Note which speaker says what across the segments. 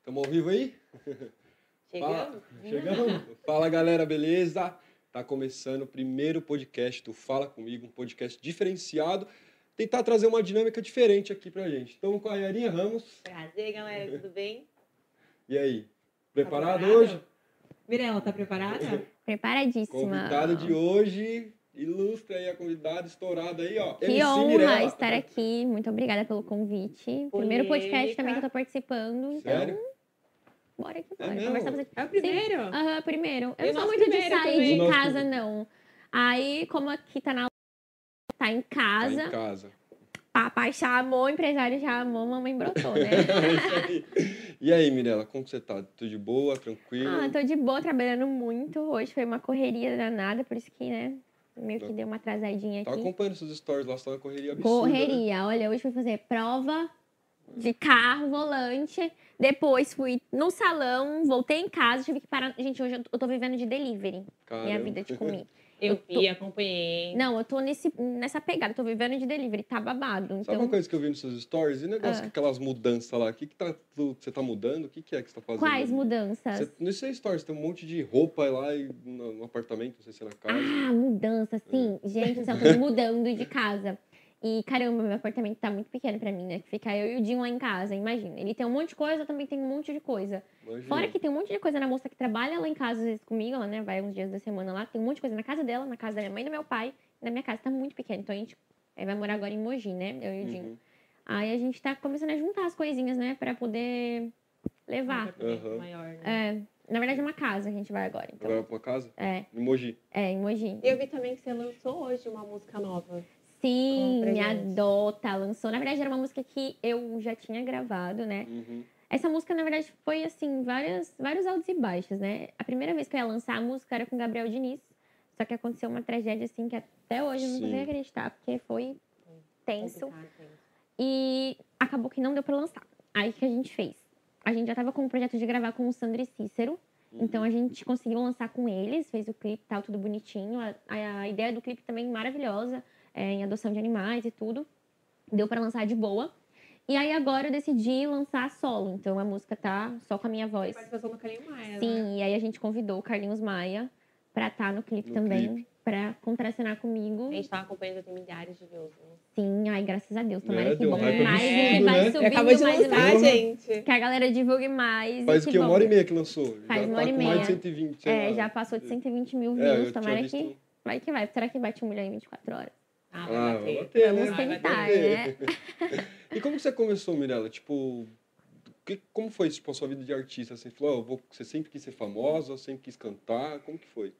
Speaker 1: Estamos ao vivo aí?
Speaker 2: Chegamos?
Speaker 1: Fala, chegamos? Fala galera, beleza? Tá começando o primeiro podcast do Fala Comigo, um podcast diferenciado. Tentar trazer uma dinâmica diferente aqui pra gente. Estamos com a Yarinha Ramos.
Speaker 2: Prazer, Ah, galera, tudo bem? Tá
Speaker 1: E aí? Preparado
Speaker 2: Preparado?
Speaker 1: hoje?
Speaker 2: Mirella, tá preparada?
Speaker 3: Preparadíssima.
Speaker 1: Convidada de hoje. Ilustra aí a convidada estourada aí, ó.
Speaker 3: Que
Speaker 1: MC
Speaker 3: honra
Speaker 1: Mirella.
Speaker 3: estar aqui. Muito obrigada pelo convite. Primeiro podcast também que eu tô participando. Então,
Speaker 1: Sério?
Speaker 3: bora que
Speaker 1: É
Speaker 3: bora.
Speaker 1: mesmo?
Speaker 3: Conversar bastante.
Speaker 2: É o primeiro?
Speaker 3: Aham, primeiro.
Speaker 2: E
Speaker 3: Eu não
Speaker 2: nosso
Speaker 3: sou muito de
Speaker 2: primeiro
Speaker 3: sair
Speaker 2: também.
Speaker 3: de
Speaker 1: Nosso
Speaker 3: casa, não. Aí, como aqui tá na. Tá em
Speaker 1: Tá
Speaker 3: casa.
Speaker 1: em casa.
Speaker 3: Papai já amou, empresário já amou, mamãe brotou, né?
Speaker 1: e É aí, Mirella, como você tá? Tudo de boa? Tranquilo?
Speaker 3: ah, tô de boa, trabalhando muito. Hoje foi uma correria danada, por isso que, né? Meio que deu uma atrasadinha
Speaker 1: Tava
Speaker 3: aqui.
Speaker 1: Tá acompanhando seus stories lá, só uma correria absurda. né?
Speaker 3: Correria. Olha, hoje fui fazer prova de carro, volante. Depois fui no salão, voltei em casa, tive que parar. Gente, hoje eu tô- eu tô vivendo de delivery, minha
Speaker 1: Caramba.
Speaker 3: vida de comer.
Speaker 2: Eu
Speaker 3: Eu
Speaker 2: vi, acompanhei.
Speaker 3: Não, eu tô nesse, nessa pegada, tô vivendo de delivery, tá babado.
Speaker 1: Sabe
Speaker 3: Então,
Speaker 1: uma coisa que eu vi nos seus stories? E negócio
Speaker 3: Ah.
Speaker 1: com aquelas mudanças lá? O que, que tá, tu- que você tá mudando? O que, que é que você tá fazendo?
Speaker 3: quais
Speaker 1: Você,
Speaker 3: mudanças?
Speaker 1: nos seus stories, tem um monte de roupa lá e no, no apartamento, não sei se é na casa.
Speaker 3: Ah,
Speaker 1: É.
Speaker 3: mudança, sim. Gente, do céu, tô me mudando de casa. E caramba, meu apartamento tá muito pequeno pra mim, né? Que fica eu e o Dinho lá em casa, imagina. Ele tem um monte de coisa, eu também tenho um monte de coisa.
Speaker 1: Imagina.
Speaker 3: Fora que tem um monte de coisa na moça que trabalha lá em casa, às vezes comigo, ela né, vai uns dias da semana lá, tem um monte de coisa na casa dela, na casa da minha mãe e do meu pai. E na minha casa tá muito pequena, então a gente é, vai morar agora em Mogi, né? Eu e o Dinho.
Speaker 1: Uhum.
Speaker 3: Aí a gente tá começando a juntar as coisinhas, né, pra poder levar.
Speaker 2: Apartamento
Speaker 1: Aham.
Speaker 2: maior, né?
Speaker 3: É, na verdade é uma casa que a gente vai agora, então.
Speaker 1: Agora pra uma casa?
Speaker 3: É,
Speaker 1: Em Mogi.
Speaker 3: é, em Mogi.
Speaker 2: Eu vi também que você lançou hoje uma música nova.
Speaker 3: Sim,
Speaker 2: Compra,
Speaker 3: me
Speaker 2: gente.
Speaker 3: adota, lançou. Na verdade era uma música que eu já tinha gravado, né?
Speaker 1: Uhum.
Speaker 3: Essa música, na verdade, foi assim, várias, vários altos e baixos, né? A primeira vez que eu ia lançar a música era com o Gabriel Diniz. Só que aconteceu uma tragédia, assim, que até hoje eu não
Speaker 1: Sim.
Speaker 3: consigo acreditar, porque foi tenso.
Speaker 2: Complicado.
Speaker 3: E acabou que não deu pra lançar. Aí o que a gente fez? A gente já tava com o projeto de gravar com o Sandro e Cícero. Então
Speaker 1: Uhum.
Speaker 3: a gente conseguiu lançar com eles, fez o clipe e tal, tudo bonitinho. A, a- a ideia do clipe também maravilhosa, é, em adoção de animais e tudo. Deu pra lançar de boa. E aí agora eu decidi lançar solo, então a música tá só com a minha voz.
Speaker 2: Participação do Calinho Maia, né?
Speaker 3: Sim, e aí a gente convidou o Carlinhos Maia pra estar no clipe
Speaker 1: No
Speaker 3: também,
Speaker 1: clipe.
Speaker 3: pra contracenar comigo.
Speaker 2: A gente tava acompanhando, tem milhares de views. né?
Speaker 3: Sim, ai, graças a Deus, tomara
Speaker 1: É,
Speaker 3: que
Speaker 1: deu um
Speaker 3: bom.
Speaker 1: hype
Speaker 3: mais
Speaker 2: absurdo,
Speaker 3: ele vai
Speaker 1: né?
Speaker 3: subindo,
Speaker 2: Acabou de
Speaker 3: mais
Speaker 2: lançar,
Speaker 3: vai.
Speaker 2: gente.
Speaker 3: Que a galera divulgue mais.
Speaker 1: Faz
Speaker 3: que
Speaker 1: que uma
Speaker 3: bom.
Speaker 1: hora e meia que lançou.
Speaker 3: Faz
Speaker 1: já
Speaker 3: uma
Speaker 1: tá
Speaker 3: hora e
Speaker 1: com mais
Speaker 3: meia.
Speaker 1: de 120, sei
Speaker 3: É,
Speaker 1: lá.
Speaker 3: já passou de 120 mil
Speaker 1: É, eu
Speaker 3: views,
Speaker 1: tinha
Speaker 3: tomara
Speaker 1: visto-
Speaker 3: que... Vai que vai. Será que bate um milhão em 24 horas?
Speaker 2: Ah,
Speaker 1: Ah, vai
Speaker 2: vai bater.
Speaker 1: bater, né?
Speaker 3: Vamos
Speaker 1: vai
Speaker 3: tentar,
Speaker 1: bater.
Speaker 3: né?
Speaker 1: E como que você começou, Mirella? Tipo, que, como foi tipo, a sua vida de artista? Você falou, "Ó, eu vou, você sempre quis ser famosa, sempre quis cantar, como que foi?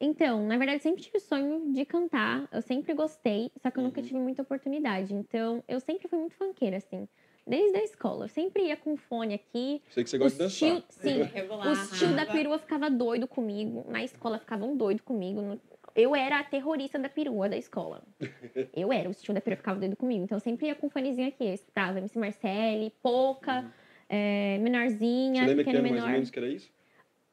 Speaker 3: Então, na verdade, sempre tive o sonho de cantar. Eu sempre gostei, só que eu nunca
Speaker 1: Uhum.
Speaker 3: tive muita oportunidade. Então, eu sempre fui muito funkeira, assim. Desde a escola. Eu sempre ia com fone aqui.
Speaker 1: Sei que você gosta de
Speaker 3: os
Speaker 1: dançar.
Speaker 3: tio... Sim,
Speaker 2: Rebolar,
Speaker 3: Os tio da
Speaker 2: raba.
Speaker 3: perua ficava doido comigo, na escola ficavam doido comigo. no- Eu era a terrorista da perua da escola. Eu era, os tio da perua ficavam doido comigo. Então eu sempre ia com um fonezinho aqui. Eu escutava MC Marcele, Poca, eh,
Speaker 1: Uhum. Você
Speaker 3: Menorzinha,
Speaker 1: lembra que
Speaker 3: Pequeno
Speaker 1: ano mais ou
Speaker 3: Menor.
Speaker 1: menos que era isso?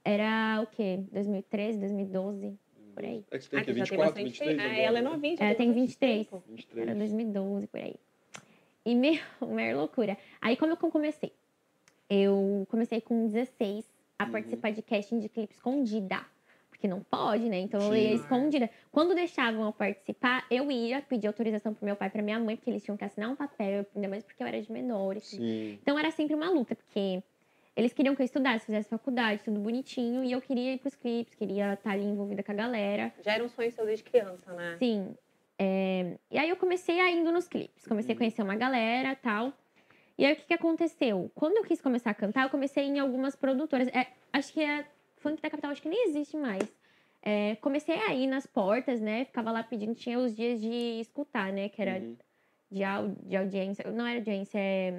Speaker 3: Era o quê? 2013, 2012? Por aí.
Speaker 1: É que você tem
Speaker 2: Ah,
Speaker 1: que ter
Speaker 2: que já
Speaker 1: 24,
Speaker 2: bastante
Speaker 1: 23
Speaker 2: tempo. Ah,
Speaker 1: agora,
Speaker 2: ela é
Speaker 1: né?
Speaker 2: novinha. já
Speaker 3: Ela tem
Speaker 2: bastante
Speaker 3: 23.
Speaker 2: tempo.
Speaker 3: Era
Speaker 1: 23.
Speaker 3: 2012, por aí. E, meu, maior loucura. Aí, como eu comecei? Eu comecei com 16 a
Speaker 1: Uhum.
Speaker 3: participar de casting de clipe escondida. Porque não pode, né? Então, eu ia
Speaker 1: Sim.
Speaker 3: escondida. Quando deixavam eu participar, eu ia pedir autorização pro meu pai e pra minha mãe, porque eles tinham que assinar um papel, ainda mais porque eu era de menor. e tudo.
Speaker 1: Sim.
Speaker 3: Então, era sempre uma luta, porque eles queriam que eu estudasse, fizesse faculdade, tudo bonitinho. E eu queria ir pros clipes, queria estar ali envolvida com a galera.
Speaker 2: Já era um sonho seu desde criança, né?
Speaker 3: Sim. É, E aí eu comecei a indo nos clipes. Comecei
Speaker 1: Uhum.
Speaker 3: a conhecer uma galera tal. E aí o que, que aconteceu? Quando eu quis começar a cantar, eu comecei em algumas produtoras. É, acho que a funk da capital acho que nem existe mais. É, comecei a ir nas portas, né? Ficava lá pedindo, tinha os dias de escutar, né? Que era
Speaker 1: Uhum.
Speaker 3: de, au- de audiência. Não era audiência, é.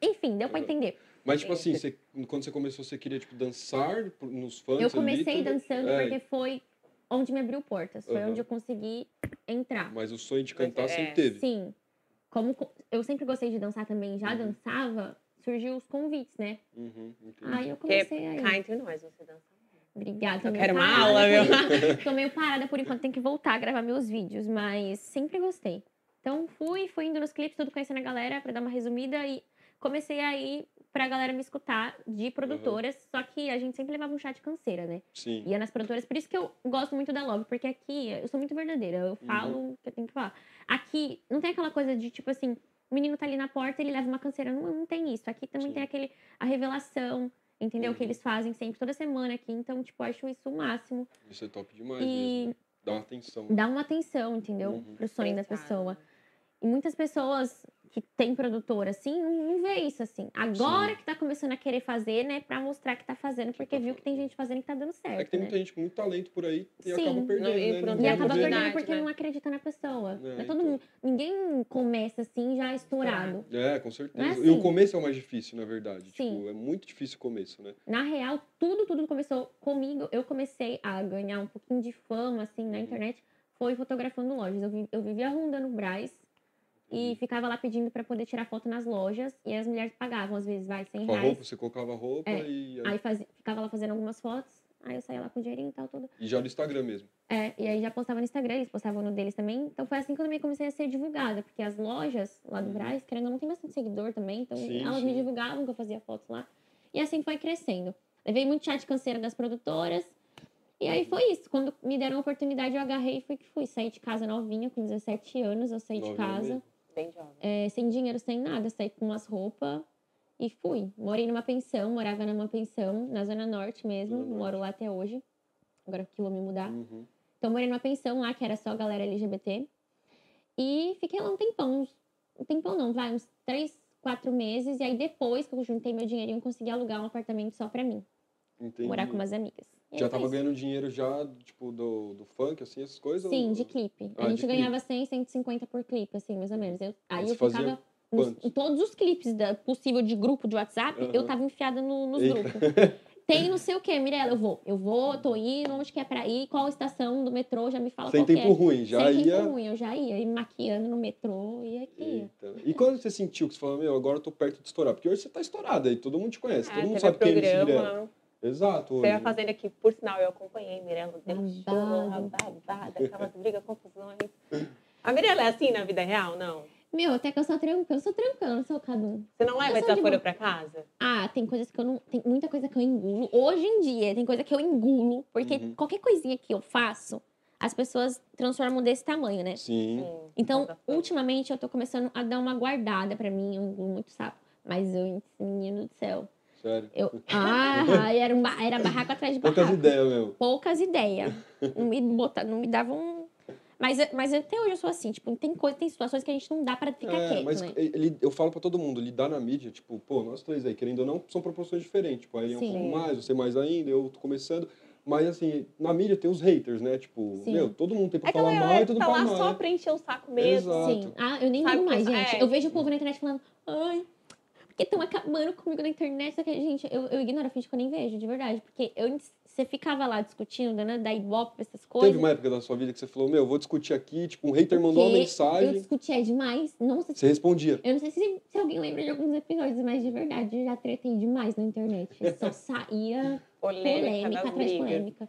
Speaker 3: Enfim, deu pra
Speaker 1: Ah,
Speaker 3: entender.
Speaker 1: Mas, tipo
Speaker 2: É.
Speaker 1: assim, você- quando você começou, você queria, tipo, dançar por- nos fãs
Speaker 3: Eu comecei
Speaker 1: ali, tudo?
Speaker 3: dançando
Speaker 1: É,
Speaker 3: porque foi onde me abriu portas. Foi
Speaker 1: Aham.
Speaker 3: onde eu consegui entrar.
Speaker 1: Mas o sonho de cantar
Speaker 2: é,
Speaker 1: sempre teve.
Speaker 3: Sim. Como co- eu sempre gostei de dançar também, já
Speaker 1: Uhum.
Speaker 3: dançava, surgiu os convites, né?
Speaker 1: Uhum, entendi.
Speaker 3: Aí eu
Speaker 2: Porque
Speaker 3: comecei a
Speaker 2: cá
Speaker 3: ir.
Speaker 2: entre nós, você dança.
Speaker 3: Obrigada. tô
Speaker 2: Eu
Speaker 3: meio
Speaker 2: quero uma
Speaker 3: parada
Speaker 2: aula,
Speaker 3: por enquanto. Tô meio parada por enquanto, tenho que voltar a gravar meus vídeos, mas sempre gostei. Então fui, fui indo nos clipes, tudo conhecendo a galera pra dar uma resumida e comecei a ir pra galera me escutar
Speaker 2: Uhum.
Speaker 3: de produtoras, só que a gente sempre levava um chá de canseira, né?
Speaker 1: Sim.
Speaker 3: Ia nas produtoras, por isso que eu gosto muito da Love, porque aqui eu sou muito verdadeira,
Speaker 1: Uhum.
Speaker 3: eu falo o que eu tenho que falar. Aqui não tem aquela coisa de tipo assim, o menino tá ali na porta, ele leva uma canseira, não, não tem isso. Aqui também
Speaker 1: Sim.
Speaker 3: tem aquele a revelação, entendeu? Que
Speaker 1: Uhum.
Speaker 3: eles fazem sempre toda semana aqui, então tipo, eu acho isso o máximo
Speaker 1: Isso é top demais
Speaker 3: e
Speaker 1: mesmo. Dá uma atenção.
Speaker 3: dá uma atenção, entendeu?
Speaker 1: Uhum.
Speaker 3: Pro sonho da
Speaker 2: Pensado,
Speaker 3: pessoa.
Speaker 2: né?
Speaker 3: E muitas pessoas que têm produtora, assim, não, não vê isso, assim. Agora
Speaker 1: Sim.
Speaker 3: que tá começando a querer fazer, né? Pra mostrar que tá fazendo, porque
Speaker 1: tá
Speaker 3: viu que tem gente fazendo que tá dando certo,
Speaker 1: É que tem
Speaker 3: né?
Speaker 1: muita gente com muito talento por aí e
Speaker 3: Sim.
Speaker 1: acaba perdendo,
Speaker 2: Não, e
Speaker 1: né?
Speaker 2: por
Speaker 1: Não
Speaker 2: um
Speaker 1: dá
Speaker 2: lado
Speaker 3: E
Speaker 1: pra
Speaker 3: acaba
Speaker 1: ver.
Speaker 3: perdendo
Speaker 2: Verdade,
Speaker 3: porque
Speaker 2: né?
Speaker 3: não acredita na pessoa.
Speaker 1: É,
Speaker 3: É todo
Speaker 1: então.
Speaker 3: mundo- ninguém começa assim já estourado.
Speaker 1: É, com certeza.
Speaker 3: Não é
Speaker 1: E o
Speaker 3: assim?
Speaker 1: começo é o mais difícil, na verdade.
Speaker 3: Sim.
Speaker 1: Tipo, é muito difícil o começo, né?
Speaker 3: Na real, tudo, tudo começou comigo. Eu comecei a ganhar um pouquinho de fama, assim, na
Speaker 1: Uhum.
Speaker 3: internet. Foi fotografando lojas. Eu, vi- eu vivia rondando o Braz
Speaker 1: Uhum.
Speaker 3: e ficava lá pedindo pra poder tirar foto nas lojas. E as mulheres pagavam, às vezes, vai, 100
Speaker 1: Com a
Speaker 3: reais.
Speaker 1: roupa, você colocava a roupa
Speaker 3: É.
Speaker 1: e,
Speaker 3: Aí fazia, ficava lá fazendo algumas fotos. Aí eu saía lá com o dinheirinho e tal, tudo.
Speaker 1: e já no Instagram mesmo.
Speaker 3: É, e aí já postava no Instagram, eles postavam no deles também. Então foi assim que eu também comecei a ser divulgada, porque as lojas lá do
Speaker 1: Uhum.
Speaker 3: Braz, querendo ou não, tem bastante seguidor também. Então
Speaker 1: Sim,
Speaker 3: elas
Speaker 1: sim.
Speaker 3: me divulgavam que eu fazia fotos lá. E assim foi crescendo. Levei muito chat canseira das produtoras. E aí foi isso. Quando me deram a oportunidade, eu agarrei e fui que fui. Saí de casa novinha, com 17 anos, eu saí de
Speaker 1: Novinha
Speaker 3: casa,
Speaker 1: mesmo.
Speaker 2: Bem jovem.
Speaker 3: é, sem dinheiro, sem nada. Saí com umas roupas e fui. Morei numa pensão, morava numa pensão, na Zona Norte mesmo.
Speaker 1: Zona Norte.
Speaker 3: Moro lá até hoje. Agora que eu vou me mudar.
Speaker 1: Uhum.
Speaker 3: Então, eu morei numa pensão lá, que era só galera LGBT. E fiquei lá um tempão. uns- Um tempão não, vai, uns três, quatro meses. E aí, depois que eu juntei meu dinheirinho, eu consegui alugar um apartamento só pra mim.
Speaker 1: Entendi.
Speaker 3: Morar com umas amigas. E aí
Speaker 1: Já
Speaker 3: foi
Speaker 1: tava
Speaker 3: isso.
Speaker 1: ganhando dinheiro já, tipo, do, do funk, assim, essas coisas?
Speaker 3: Sim,
Speaker 1: ou-
Speaker 3: de clipe.
Speaker 1: Ah,
Speaker 3: a gente
Speaker 1: de
Speaker 3: ganhava 100, 150 por clipe, assim, mais ou menos. Eu, aí
Speaker 1: Você
Speaker 3: eu ficava...
Speaker 1: fazia
Speaker 3: nos-
Speaker 1: quantos?
Speaker 3: em todos os clipes da, possível de grupo de WhatsApp, eu
Speaker 1: Aham.
Speaker 3: tava enfiada no- nos
Speaker 1: Eita.
Speaker 3: grupos. Tem não sei o quê, Mirella, eu vou. Eu vou, tô indo, onde que é pra ir, qual estação do metrô, já me fala
Speaker 1: Sem
Speaker 3: qual que
Speaker 1: tempo
Speaker 3: é.
Speaker 1: ruim, já
Speaker 3: Sem
Speaker 1: ia.
Speaker 3: tempo ruim, eu já ia. E me maquiando no metrô, ia aqui. ia.
Speaker 1: Eita. E quando você sentiu que você falou, meu, agora eu tô perto de estourar? Porque hoje você tá estourada aí, todo mundo te
Speaker 3: Ah,
Speaker 1: conhece, todo mundo
Speaker 2: teve
Speaker 1: sabe quem é MC Mirella.
Speaker 2: Ah, programa.
Speaker 1: Exato, hoje.
Speaker 2: Teve a fazenda aqui, por sinal, eu acompanhei Mirella. Deu um show, uma
Speaker 3: Babado.
Speaker 2: babada, aquelas brigas, confusões. A Mirella é assim na vida real, não?
Speaker 3: Meu, até que eu sou tranquila, eu sou tranquila, eu não sou cadum.
Speaker 2: Você não leva
Speaker 3: Eu sou de
Speaker 2: desaforo
Speaker 3: boa.
Speaker 2: pra casa?
Speaker 3: Ah, tem coisas que eu não. Tem muita coisa que eu engulo. Hoje em dia, tem coisa que eu engulo, porque
Speaker 1: Uhum.
Speaker 3: qualquer coisinha que eu faço, as pessoas transformam desse tamanho, né?
Speaker 1: Sim.
Speaker 2: Sim.
Speaker 3: Então,
Speaker 2: Desaforo.
Speaker 3: ultimamente, eu tô começando a dar uma guardada pra mim, eu engulo muito sapo. Mas eu, menino do céu.
Speaker 1: Sério.
Speaker 3: Eu. Ah, era, um ba- era barraco atrás de barraco.
Speaker 1: Poucas ideias mesmo.
Speaker 3: poucas ideias. Não me, bota, não me dava um. Mas, mas até hoje eu sou assim, tipo, tem coisa, tem situações que a gente não dá pra ficar
Speaker 1: É,
Speaker 3: quieto,
Speaker 1: mas
Speaker 3: né?
Speaker 1: ele- eu falo pra todo mundo, lidar na mídia, tipo, pô, nós três aí, querendo ou não, são proporções diferentes. Tipo, a Ellen é um
Speaker 3: Sim.
Speaker 1: pouco mais, você mais ainda, eu tô começando. Mas assim, na mídia tem os haters, né? Tipo,
Speaker 3: Sim.
Speaker 1: meu, todo mundo tem pra
Speaker 2: É aquela
Speaker 1: falar mal
Speaker 2: galera
Speaker 1: e
Speaker 2: que
Speaker 1: tudo
Speaker 2: tá
Speaker 1: pra
Speaker 2: lá
Speaker 1: mal.
Speaker 2: só
Speaker 1: né?
Speaker 2: pra encher o saco mesmo.
Speaker 1: Exato.
Speaker 3: Sim. Ah, eu nem
Speaker 2: Sabe
Speaker 3: ligo mais,
Speaker 2: como-
Speaker 3: gente.
Speaker 2: é.
Speaker 3: Eu vejo o povo na internet falando, ai, porque estão acabando comigo na internet. Só que, gente, eu, eu ignoro, finge que eu nem vejo, de verdade. Porque eu, você ficava lá discutindo, né, da Ibope, essas coisas.
Speaker 1: Teve uma época da sua vida que você falou, meu, vou discutir aqui, tipo, um hater mandou uma
Speaker 3: Porque
Speaker 1: mensagem,
Speaker 3: Eu discutia demais. Nossa, tipo,
Speaker 1: você respondia.
Speaker 3: eu não sei se, se alguém lembra de alguns episódios, mas de verdade, eu já tretei demais na internet. Só saía
Speaker 2: Polêmica,
Speaker 3: polêmica
Speaker 2: das
Speaker 3: atrás de
Speaker 2: brigas.
Speaker 3: polêmica.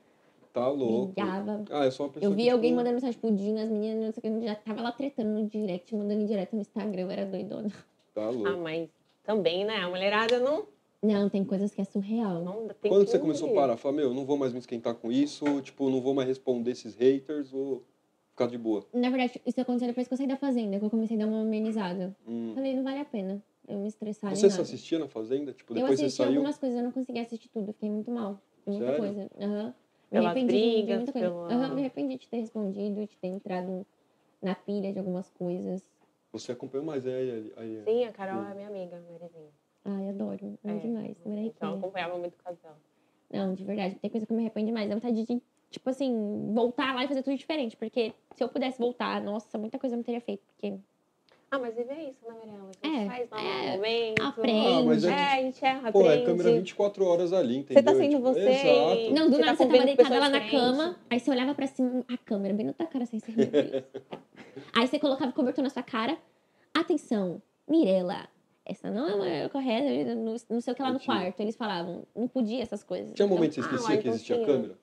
Speaker 1: Tá louco.
Speaker 3: Brigava.
Speaker 1: Ah, eu sou uma pessoa
Speaker 3: Eu vi
Speaker 1: que,
Speaker 3: alguém
Speaker 1: tipo,
Speaker 3: mandando mensagem pro Dinho, as meninas, não sei o que, eu já tava lá tretando no direct, mandando em direto no Instagram, eu era doidona.
Speaker 1: Tá
Speaker 2: Ah,
Speaker 1: louco.
Speaker 2: mas também, né? A mulherada não.
Speaker 3: Não, tem coisas que é surreal.
Speaker 2: não tem
Speaker 1: Quando
Speaker 2: que
Speaker 1: que você começou a
Speaker 2: engolir.
Speaker 1: parar? Falar, meu, não vou mais me esquentar com isso, tipo, não vou mais responder esses haters, vou ficar de boa.
Speaker 3: Na verdade, isso aconteceu depois que eu saí da fazenda, que eu comecei a dar uma amenizada.
Speaker 1: Hum.
Speaker 3: Falei, não vale a pena eu me estressar. nem
Speaker 1: Você só
Speaker 3: nada.
Speaker 1: assistia na Fazenda? Tipo,
Speaker 3: Eu
Speaker 1: depois você
Speaker 3: assisti
Speaker 1: saiu?
Speaker 3: algumas coisas, eu não consegui assistir tudo, eu fiquei muito mal. Muita
Speaker 1: Sério?
Speaker 3: coisa. Aham. Me
Speaker 2: Pelas
Speaker 3: arrependi de- de
Speaker 2: brigas,
Speaker 3: muita coisa.
Speaker 2: pela-
Speaker 3: Aham, me arrependi de ter respondido, de ter entrado na pilha de algumas coisas.
Speaker 1: Você acompanhou mais é, a Elia? a Elia.
Speaker 2: Sim, a Carol é minha amiga, a Marizinha.
Speaker 3: Ai, adoro. Amo
Speaker 2: É.
Speaker 3: demais.
Speaker 2: Então
Speaker 3: Mulher
Speaker 2: eu
Speaker 3: riquinha.
Speaker 2: acompanhava muito o casal.
Speaker 3: Não, de verdade, tem coisa que eu me arrependo demais. Dá vontade de, tipo assim, voltar lá e fazer tudo diferente. Porque se eu pudesse voltar, nossa, muita coisa eu não teria feito. Porque
Speaker 2: Ah, mas viver é isso, né, Mariana? A gente
Speaker 3: É,
Speaker 2: faz novos
Speaker 3: é,
Speaker 2: momentos.
Speaker 3: aprende.
Speaker 1: Ah, mas
Speaker 2: É,
Speaker 1: é
Speaker 2: a gente erra,
Speaker 1: Pô, é
Speaker 2: aprende.
Speaker 1: câmera 24 horas ali, entendeu?
Speaker 2: Você tá sendo
Speaker 1: Tipo,
Speaker 2: você e-
Speaker 1: Exato.
Speaker 3: Não, do
Speaker 2: Você tá convivendo
Speaker 3: nada você tava
Speaker 2: com
Speaker 3: deitada
Speaker 2: pessoas
Speaker 3: lá na
Speaker 2: diferentes.
Speaker 3: cama, aí você olhava pra cima, a câmera bem na tua cara, assim, você, meu Deus. aí você colocava o cobertor na sua cara. Atenção, Mirella, essa não é a maneira correta, não não sei o que lá no
Speaker 1: Mentira.
Speaker 3: quarto. Eles falavam, não podia essas coisas.
Speaker 1: Tinha um
Speaker 3: Então,
Speaker 1: momento que você
Speaker 2: Ah,
Speaker 1: esquecia que
Speaker 2: então
Speaker 1: existia
Speaker 2: tinha.
Speaker 1: câmera?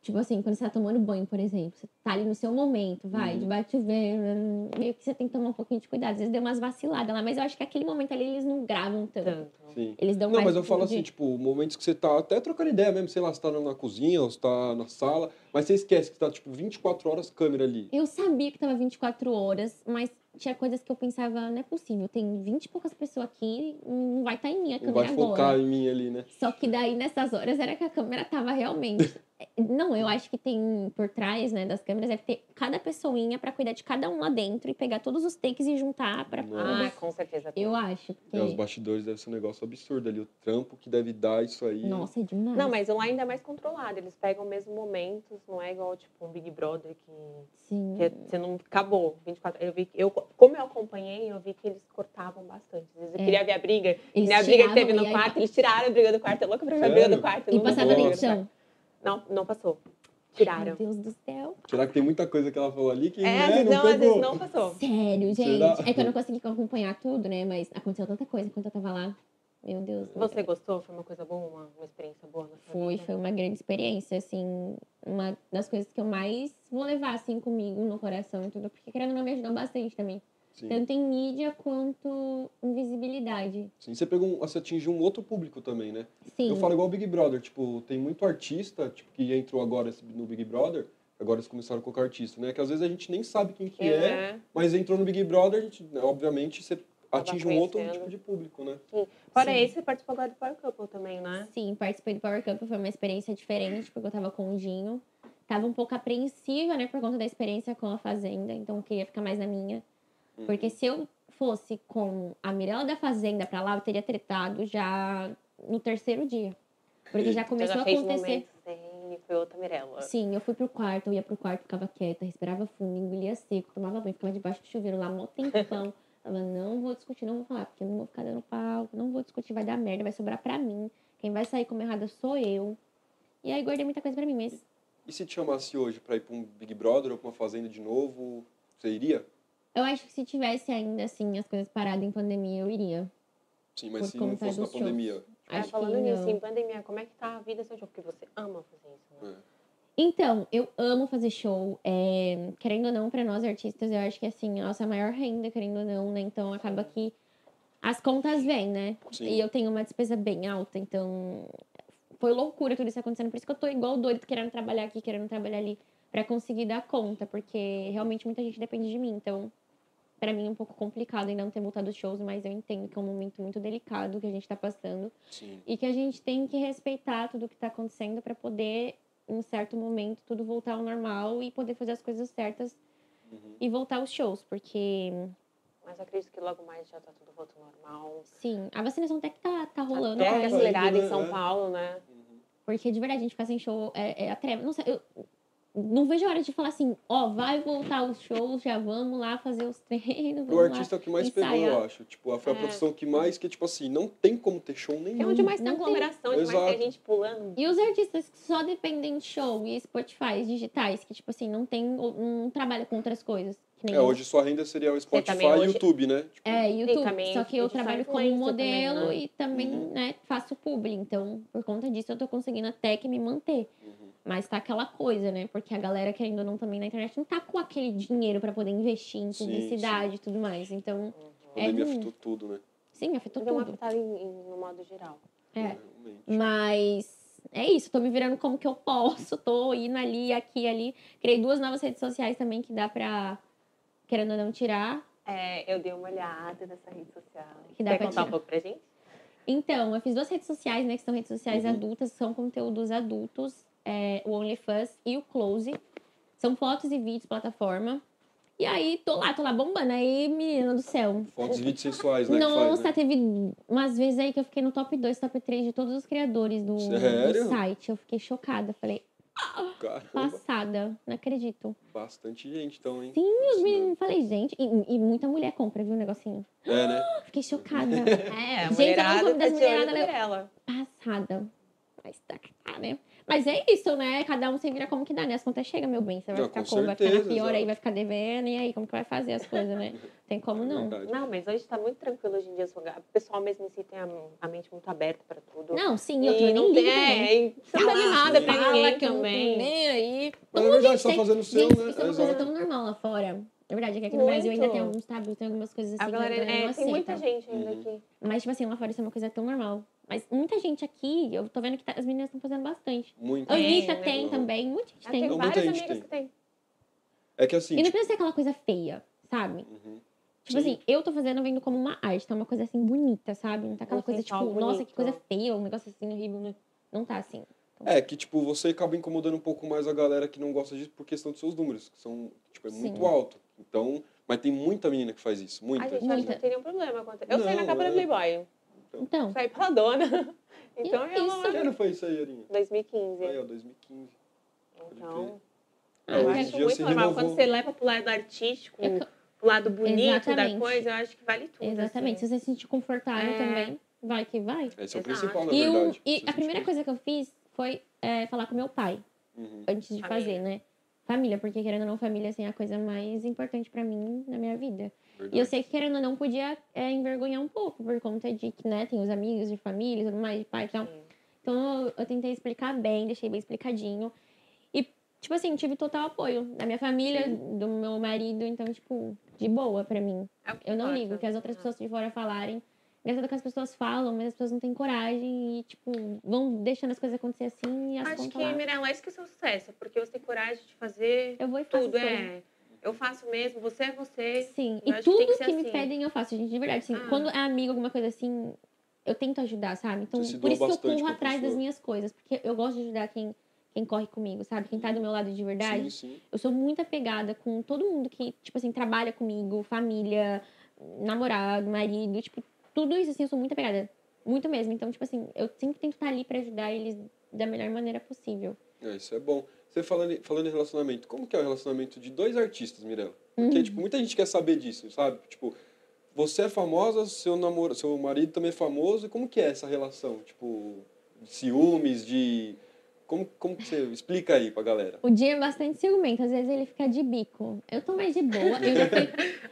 Speaker 3: Tipo assim, quando você tá tomando banho, por exemplo, você tá ali no seu momento, vai,
Speaker 1: Uhum.
Speaker 3: de bate o vento, meio que você tem que tomar um pouquinho de cuidado. Às vezes deu umas vaciladas lá, mas eu acho que aquele momento ali eles não gravam tanto.
Speaker 2: Tanto.
Speaker 1: Sim.
Speaker 3: Eles dão
Speaker 1: Não,
Speaker 3: mais
Speaker 1: mas eu
Speaker 3: um
Speaker 1: falo
Speaker 3: pouquinho
Speaker 1: assim,
Speaker 3: de-
Speaker 1: tipo, momentos que você tá até trocando ideia mesmo, sei lá, você tá na cozinha ou você tá na sala, mas você esquece que tá, tipo, 24 horas câmera ali.
Speaker 3: Eu sabia que tava 24 horas, mas tinha coisas que eu pensava, não é possível, tem 20 e poucas pessoas aqui, não vai estar em mim
Speaker 1: Não
Speaker 3: a É câmera
Speaker 1: vai
Speaker 3: agora.
Speaker 1: focar em mim ali, né?
Speaker 3: Só que daí, nessas horas, era que a câmera tava realmente. É, Não, eu acho que tem por trás, né, das câmeras, deve ter cada pessoinha pra cuidar de cada um lá dentro e pegar todos os takes e juntar pra.
Speaker 1: Nossa.
Speaker 2: Ah, com certeza.
Speaker 3: Eu acho.
Speaker 1: E É os
Speaker 3: Porque...
Speaker 1: bastidores deve ser um negócio absurdo ali, o trampo que deve dar isso aí.
Speaker 3: Nossa, é demais.
Speaker 2: Não, mas lá ainda é mais controlado. Eles pegam mesmo momentos, não é igual tipo um Big Brother que
Speaker 3: Sim.
Speaker 2: que é, você não acabou 24 eu vi eu como eu acompanhei eu vi que eles cortavam bastante às vezes eu
Speaker 3: É.
Speaker 2: queria ver a briga
Speaker 3: Eles
Speaker 2: né, a briga que
Speaker 3: tiravam
Speaker 2: teve
Speaker 3: e
Speaker 2: no
Speaker 3: aí-
Speaker 2: quarto eles tiraram a briga do quarto é louca pra ver a briga
Speaker 1: Sério?
Speaker 2: do quarto eu
Speaker 3: E
Speaker 2: não vou
Speaker 3: passava
Speaker 2: ver a
Speaker 3: na
Speaker 2: briga do quarto.
Speaker 3: edição.
Speaker 2: não não passou tiraram
Speaker 3: Meu Deus do céu.
Speaker 1: Será que tem muita coisa que ela falou ali que
Speaker 2: é,
Speaker 1: né,
Speaker 2: às vezes
Speaker 1: não
Speaker 2: não, às vezes
Speaker 1: pegou?
Speaker 2: não passou
Speaker 3: Sério, gente.
Speaker 1: Será?
Speaker 3: É que eu não consegui acompanhar tudo, né? Mas aconteceu tanta coisa enquanto eu tava lá. Meu Deus.
Speaker 2: você gostou foi uma coisa boa uma, uma experiência boa na sua
Speaker 3: Foi,
Speaker 2: vida?
Speaker 3: foi uma grande experiência, assim, uma das coisas que eu mais vou levar, assim, comigo no coração e tudo, porque querendo ou não me ajudou bastante também.
Speaker 1: Sim.
Speaker 3: Tanto em mídia quanto em visibilidade.
Speaker 1: Sim, você, pegou um, você atinge um outro público também, né?
Speaker 3: Sim.
Speaker 1: Eu falo igual o Big Brother, tipo, tem muito artista tipo, que entrou agora esse- no Big Brother, agora eles começaram a colocar artista, né? Que às vezes a gente nem sabe quem que é,
Speaker 2: É.
Speaker 1: mas entrou no Big Brother, a gente, né, obviamente você atinge um outro
Speaker 2: conhecendo.
Speaker 1: tipo de público, né?
Speaker 2: Fora
Speaker 3: Sim.
Speaker 2: esse, você participou agora do Power Couple também, né?
Speaker 3: Sim, participei do Power Camp, foi uma experiência diferente, porque eu tava com o Dinho. Tava um pouco apreensiva, né, por conta da experiência com a Fazenda, então eu queria ficar mais na minha.
Speaker 2: Uhum.
Speaker 3: Porque se eu fosse com a Mirella da Fazenda pra lá, eu teria tretado já no terceiro dia. Porque já começou
Speaker 2: Você Então já
Speaker 3: a
Speaker 2: fez
Speaker 3: acontecer.
Speaker 2: momentos sem foi outra Mirella.
Speaker 3: Sim, eu fui pro quarto, eu ia pro quarto, ficava quieta, respirava fundo, engolia seco, tomava banho, ficava debaixo do chuveiro lá, mó tempão. Falava, não vou discutir, não vou falar, porque eu não vou ficar dando pau, não vou discutir, vai dar merda, vai sobrar pra mim. Quem vai sair como errada sou eu. E aí guardei muita coisa pra mim, mas
Speaker 1: E se te chamasse hoje pra ir pra um Big Brother ou pra uma fazenda de novo, você iria?
Speaker 3: eu acho que se tivesse ainda assim as coisas paradas em pandemia, eu iria.
Speaker 1: Sim, mas
Speaker 3: Por
Speaker 1: se não
Speaker 3: conta
Speaker 1: fosse na
Speaker 3: dos
Speaker 1: pandemia.
Speaker 2: Ah,
Speaker 3: Acho
Speaker 2: falando
Speaker 3: que não.
Speaker 2: nisso, em pandemia, como é que tá a vida seu show? Porque você ama fazer isso, né?
Speaker 3: Então, eu amo fazer show. é, querendo ou não, pra nós artistas, eu acho que assim, a nossa maior renda, querendo ou não, né? Então acaba que as contas vêm, né?
Speaker 1: Sim.
Speaker 3: E eu tenho uma despesa bem alta, então foi loucura tudo isso acontecendo. Por isso que eu tô igual doido, querendo trabalhar aqui, querendo trabalhar ali, pra conseguir dar conta, porque realmente muita gente depende de mim. Então, pra mim é um pouco complicado ainda não ter voltado aos shows, mas eu entendo que é um momento muito delicado que a gente tá passando
Speaker 1: Sim.
Speaker 3: e que a gente tem que respeitar tudo que está acontecendo para poder, em um certo momento, tudo voltar ao normal e poder fazer as coisas certas
Speaker 1: Uhum.
Speaker 3: e voltar aos shows, porque,
Speaker 2: Mas acredito que logo mais já tá tudo voltando ao normal.
Speaker 3: sim, a vacinação até que tá, tá rolando,
Speaker 2: Até que
Speaker 3: mas-
Speaker 1: acelerado.
Speaker 2: acelerada em
Speaker 1: né?
Speaker 2: São Paulo, né?
Speaker 1: Uhum.
Speaker 3: porque de verdade a gente ficar sem show é, é a treva. Não sei, eu não vejo a hora de falar assim, ó, vai voltar os shows, já vamos lá fazer os treinos,
Speaker 1: O
Speaker 3: vamos lá.
Speaker 1: artista que mais
Speaker 3: ensaiar.
Speaker 1: pegou, eu acho. Tipo, foi a
Speaker 2: É.
Speaker 1: profissão que mais, que tipo assim, não tem como ter show nenhum.
Speaker 2: Que é onde mais tem
Speaker 3: não tem.
Speaker 2: aglomeração, onde mais
Speaker 1: Exato.
Speaker 2: tem gente pulando.
Speaker 3: E os artistas que só dependem de show e Spotify digitais, que, tipo assim, não tem, não trabalha com outras coisas. Que nem
Speaker 1: É,
Speaker 3: eu.
Speaker 1: hoje sua renda seria o Spotify
Speaker 2: também
Speaker 1: e
Speaker 2: hoje-
Speaker 1: YouTube, né? Tipo,
Speaker 3: É, YouTube.
Speaker 2: também
Speaker 3: só que eu
Speaker 2: digital
Speaker 3: trabalho como
Speaker 2: influencer
Speaker 3: modelo
Speaker 2: também, né?
Speaker 3: e também,
Speaker 1: Uhum.
Speaker 3: né, faço publi. Então, por conta disso, eu tô conseguindo até que me manter.
Speaker 1: uhum.
Speaker 3: Mas tá aquela coisa, né? Porque a galera, querendo ou não, também na internet não tá com aquele dinheiro pra poder investir em
Speaker 1: Sim,
Speaker 3: publicidade e tudo mais. Então,
Speaker 1: A
Speaker 3: É
Speaker 1: pandemia
Speaker 3: ruim.
Speaker 1: afetou tudo, né?
Speaker 3: sim, afetou
Speaker 2: Deu uma
Speaker 3: tudo.
Speaker 2: afetada em, em- no modo geral.
Speaker 3: É.
Speaker 1: Realmente.
Speaker 3: Mas é isso, tô me virando como que eu posso, tô indo ali, aqui, ali. Criei duas novas redes sociais também que dá pra, querendo ou não, tirar.
Speaker 2: É, eu dei uma olhada nessa rede social.
Speaker 3: Que dá
Speaker 2: Quer
Speaker 3: pra
Speaker 2: contar
Speaker 3: tirar.
Speaker 2: um pouco pra gente?
Speaker 3: Então, eu fiz duas redes sociais, né? Que são redes sociais
Speaker 1: Uhum.
Speaker 3: adultas, são conteúdos adultos. é, o OnlyFans e o Close. São fotos e vídeos, plataforma. E aí, tô lá, tô lá bombando. Aí, menina do céu.
Speaker 1: Fotos e vídeos sensuais, né? que faz,
Speaker 3: Nossa,
Speaker 1: né?
Speaker 3: teve umas vezes aí que eu fiquei no top 2, top 3 de todos os criadores do,
Speaker 1: Sério?
Speaker 3: do site. Eu fiquei chocada. Falei, é
Speaker 1: Caramba,
Speaker 3: passada, não acredito.
Speaker 1: bastante gente, então, hein?
Speaker 3: Sim,
Speaker 1: os
Speaker 3: Os meninos, falei, gente, e, e muita mulher compra, viu, o negocinho. Ah,
Speaker 1: É, né?
Speaker 3: Fiquei chocada,
Speaker 2: É,
Speaker 3: tá
Speaker 2: tá
Speaker 3: Gente, eu não sou das mulherada, né?
Speaker 2: Mirella.
Speaker 3: passada. Mas tá, tá, né? Mas é isso, né? Cada um se vira como que dá, né? As contas chegam, meu bem. Você vai
Speaker 1: Não,
Speaker 3: ficar
Speaker 1: com
Speaker 3: como? Vai ficar na
Speaker 1: certeza,
Speaker 3: pior aí,
Speaker 1: exato.
Speaker 3: vai ficar devendo. E aí, como que vai fazer as coisas, né? Tem como não.
Speaker 1: É Verdade.
Speaker 2: Não, mas hoje tá muito tranquilo hoje em dia. O pessoal mesmo em si tem a, a mente muito aberta pra tudo.
Speaker 3: Não, sim, eu também nem ligo. né?
Speaker 2: é, e
Speaker 3: Não tá
Speaker 2: fala,
Speaker 3: nada
Speaker 1: sim.
Speaker 3: pra
Speaker 2: fala
Speaker 3: ninguém também.
Speaker 2: também.
Speaker 3: Nem aí.
Speaker 1: Mas
Speaker 3: Todo
Speaker 1: é
Speaker 3: mundo,
Speaker 1: verdade,
Speaker 3: gente,
Speaker 1: só
Speaker 3: tem-
Speaker 1: fazendo o seu,
Speaker 3: gente,
Speaker 1: né?
Speaker 3: Isso é uma coisa
Speaker 1: Exato.
Speaker 3: tão normal lá fora. É verdade, é que aqui no Brasil ainda tem
Speaker 2: Muito.
Speaker 3: alguns tabus, tem algumas coisas assim então.
Speaker 2: A galera,
Speaker 3: que a galera
Speaker 2: é,
Speaker 3: não
Speaker 2: tem muita
Speaker 3: aceita.
Speaker 2: gente ainda
Speaker 1: Uhum.
Speaker 2: aqui.
Speaker 3: Mas, tipo assim, lá fora isso é uma coisa tão normal. Mas muita gente aqui, eu tô vendo que tá- as meninas estão fazendo bastante.
Speaker 1: Muito.
Speaker 3: A Anitta
Speaker 2: né?
Speaker 3: tem
Speaker 1: Uhum.
Speaker 3: também, muita gente
Speaker 2: Ah, tem
Speaker 3: tem.
Speaker 1: Então, muita
Speaker 2: várias
Speaker 1: gente
Speaker 2: amigas
Speaker 1: tem.
Speaker 2: que tem.
Speaker 1: É que assim.
Speaker 3: E não
Speaker 1: tipo,
Speaker 3: precisa ser aquela coisa feia, sabe?
Speaker 1: uhum. Sim.
Speaker 3: Tipo assim, eu tô fazendo vendo como uma arte, tá uma coisa assim bonita, sabe? Não tá aquela
Speaker 2: Um
Speaker 3: coisa tipo,
Speaker 2: visual
Speaker 3: nossa, que
Speaker 2: bonito.
Speaker 3: coisa feia, um negócio assim horrível. né? Não tá assim.
Speaker 1: É, que tipo, você acaba incomodando um pouco mais a galera que não gosta disso por questão dos seus números, que são, tipo, é
Speaker 3: Sim.
Speaker 1: muito alto. Então, mas tem muita menina que faz isso, muita.
Speaker 2: A gente
Speaker 1: tipo,
Speaker 2: acha que não tem nenhum problema. quanto- Eu saí na
Speaker 1: Não,
Speaker 2: capa da
Speaker 1: é.
Speaker 2: Playboy.
Speaker 3: Então,
Speaker 2: Saí peladona. Então eu
Speaker 3: isso.
Speaker 1: Que ano foi isso aí, Arinha?
Speaker 2: 2015.
Speaker 1: Aí, ó, 2015.
Speaker 2: Então,
Speaker 1: É,
Speaker 3: Ah,
Speaker 2: eu
Speaker 1: hoje em
Speaker 2: acho
Speaker 1: dia se
Speaker 2: muito normal.
Speaker 1: renovou.
Speaker 2: Quando você leva pro lado artístico,
Speaker 3: É
Speaker 2: pro lado bonito
Speaker 3: Exatamente.
Speaker 2: da coisa, eu acho que vale tudo. assim.
Speaker 3: exatamente. Se você se sentir confortável
Speaker 2: É.
Speaker 3: também, vai que vai.
Speaker 1: Esse é o
Speaker 2: Exato.
Speaker 1: principal, na
Speaker 3: Ah. E, o-
Speaker 1: verdade.
Speaker 3: e
Speaker 1: Você
Speaker 3: a
Speaker 1: se
Speaker 3: primeira
Speaker 1: sente-
Speaker 3: coisa que eu fiz foi é, falar com meu pai
Speaker 1: Uhum.
Speaker 3: antes de
Speaker 2: Família.
Speaker 3: fazer, né? Família, porque querendo ou não, família assim, é a coisa mais importante pra mim na minha vida. E eu
Speaker 1: Verdade.
Speaker 3: sei que querendo ou não, podia é, envergonhar um pouco por conta de que, né, tem os amigos, de família, e tudo mais, de pai e tal.
Speaker 2: Sim.
Speaker 3: Então eu, eu tentei explicar bem, deixei bem explicadinho. E, tipo assim, tive total apoio da minha família, do meu marido, então, tipo, de boa pra mim.
Speaker 2: É o que
Speaker 3: Eu não
Speaker 2: importa,
Speaker 3: ligo que as outras
Speaker 2: né?
Speaker 3: pessoas de fora falarem. Engraçado que as pessoas falam, mas as pessoas não têm coragem e, tipo, vão deixando as coisas acontecer assim e as
Speaker 2: Acho
Speaker 3: contas
Speaker 2: que,
Speaker 3: lá.
Speaker 2: Mirella, isso que é seu sucesso. Porque você tem coragem de fazer
Speaker 3: Eu vou e faço
Speaker 2: tudo.
Speaker 3: as coisas.
Speaker 2: É, eu faço mesmo, você é você.
Speaker 3: Sim,
Speaker 2: Eu
Speaker 3: e
Speaker 2: acho que
Speaker 3: tudo
Speaker 2: tem
Speaker 3: que,
Speaker 2: que ser
Speaker 3: me
Speaker 2: assim.
Speaker 3: pedem eu faço, gente, de verdade. Assim,
Speaker 2: Ah.
Speaker 3: Quando é amigo, alguma coisa assim, eu tento ajudar, sabe? Então,
Speaker 1: Você se
Speaker 3: por
Speaker 1: doa
Speaker 3: isso que eu
Speaker 1: bastante
Speaker 3: corro
Speaker 1: pra
Speaker 3: atrás das
Speaker 1: pessoa.
Speaker 3: minhas coisas, porque eu gosto de ajudar quem, quem corre comigo, sabe? Quem
Speaker 2: Uhum.
Speaker 3: tá do meu lado de verdade.
Speaker 1: Sim, sim.
Speaker 3: Eu sou muito apegada com todo mundo que, tipo assim, trabalha comigo, família, namorado, marido, tipo, tudo isso, assim, eu sou muito apegada. Muito mesmo. Então, tipo assim, eu sempre tento estar ali pra ajudar eles da melhor maneira possível.
Speaker 1: É, isso é bom. Você falando, em- falando em relacionamento, como que é o relacionamento de dois artistas, Mirella?
Speaker 3: Uhum.
Speaker 1: Porque, tipo, muita gente quer saber disso, sabe? Tipo, você é famosa, seu, namoro, seu marido também é famoso, e como que é essa relação? Tipo, de ciúmes, de... Como, como que você explica aí pra galera?
Speaker 3: O dia é bastante ciumento, às vezes ele fica de bico. Eu tô mais de boa, eu já fui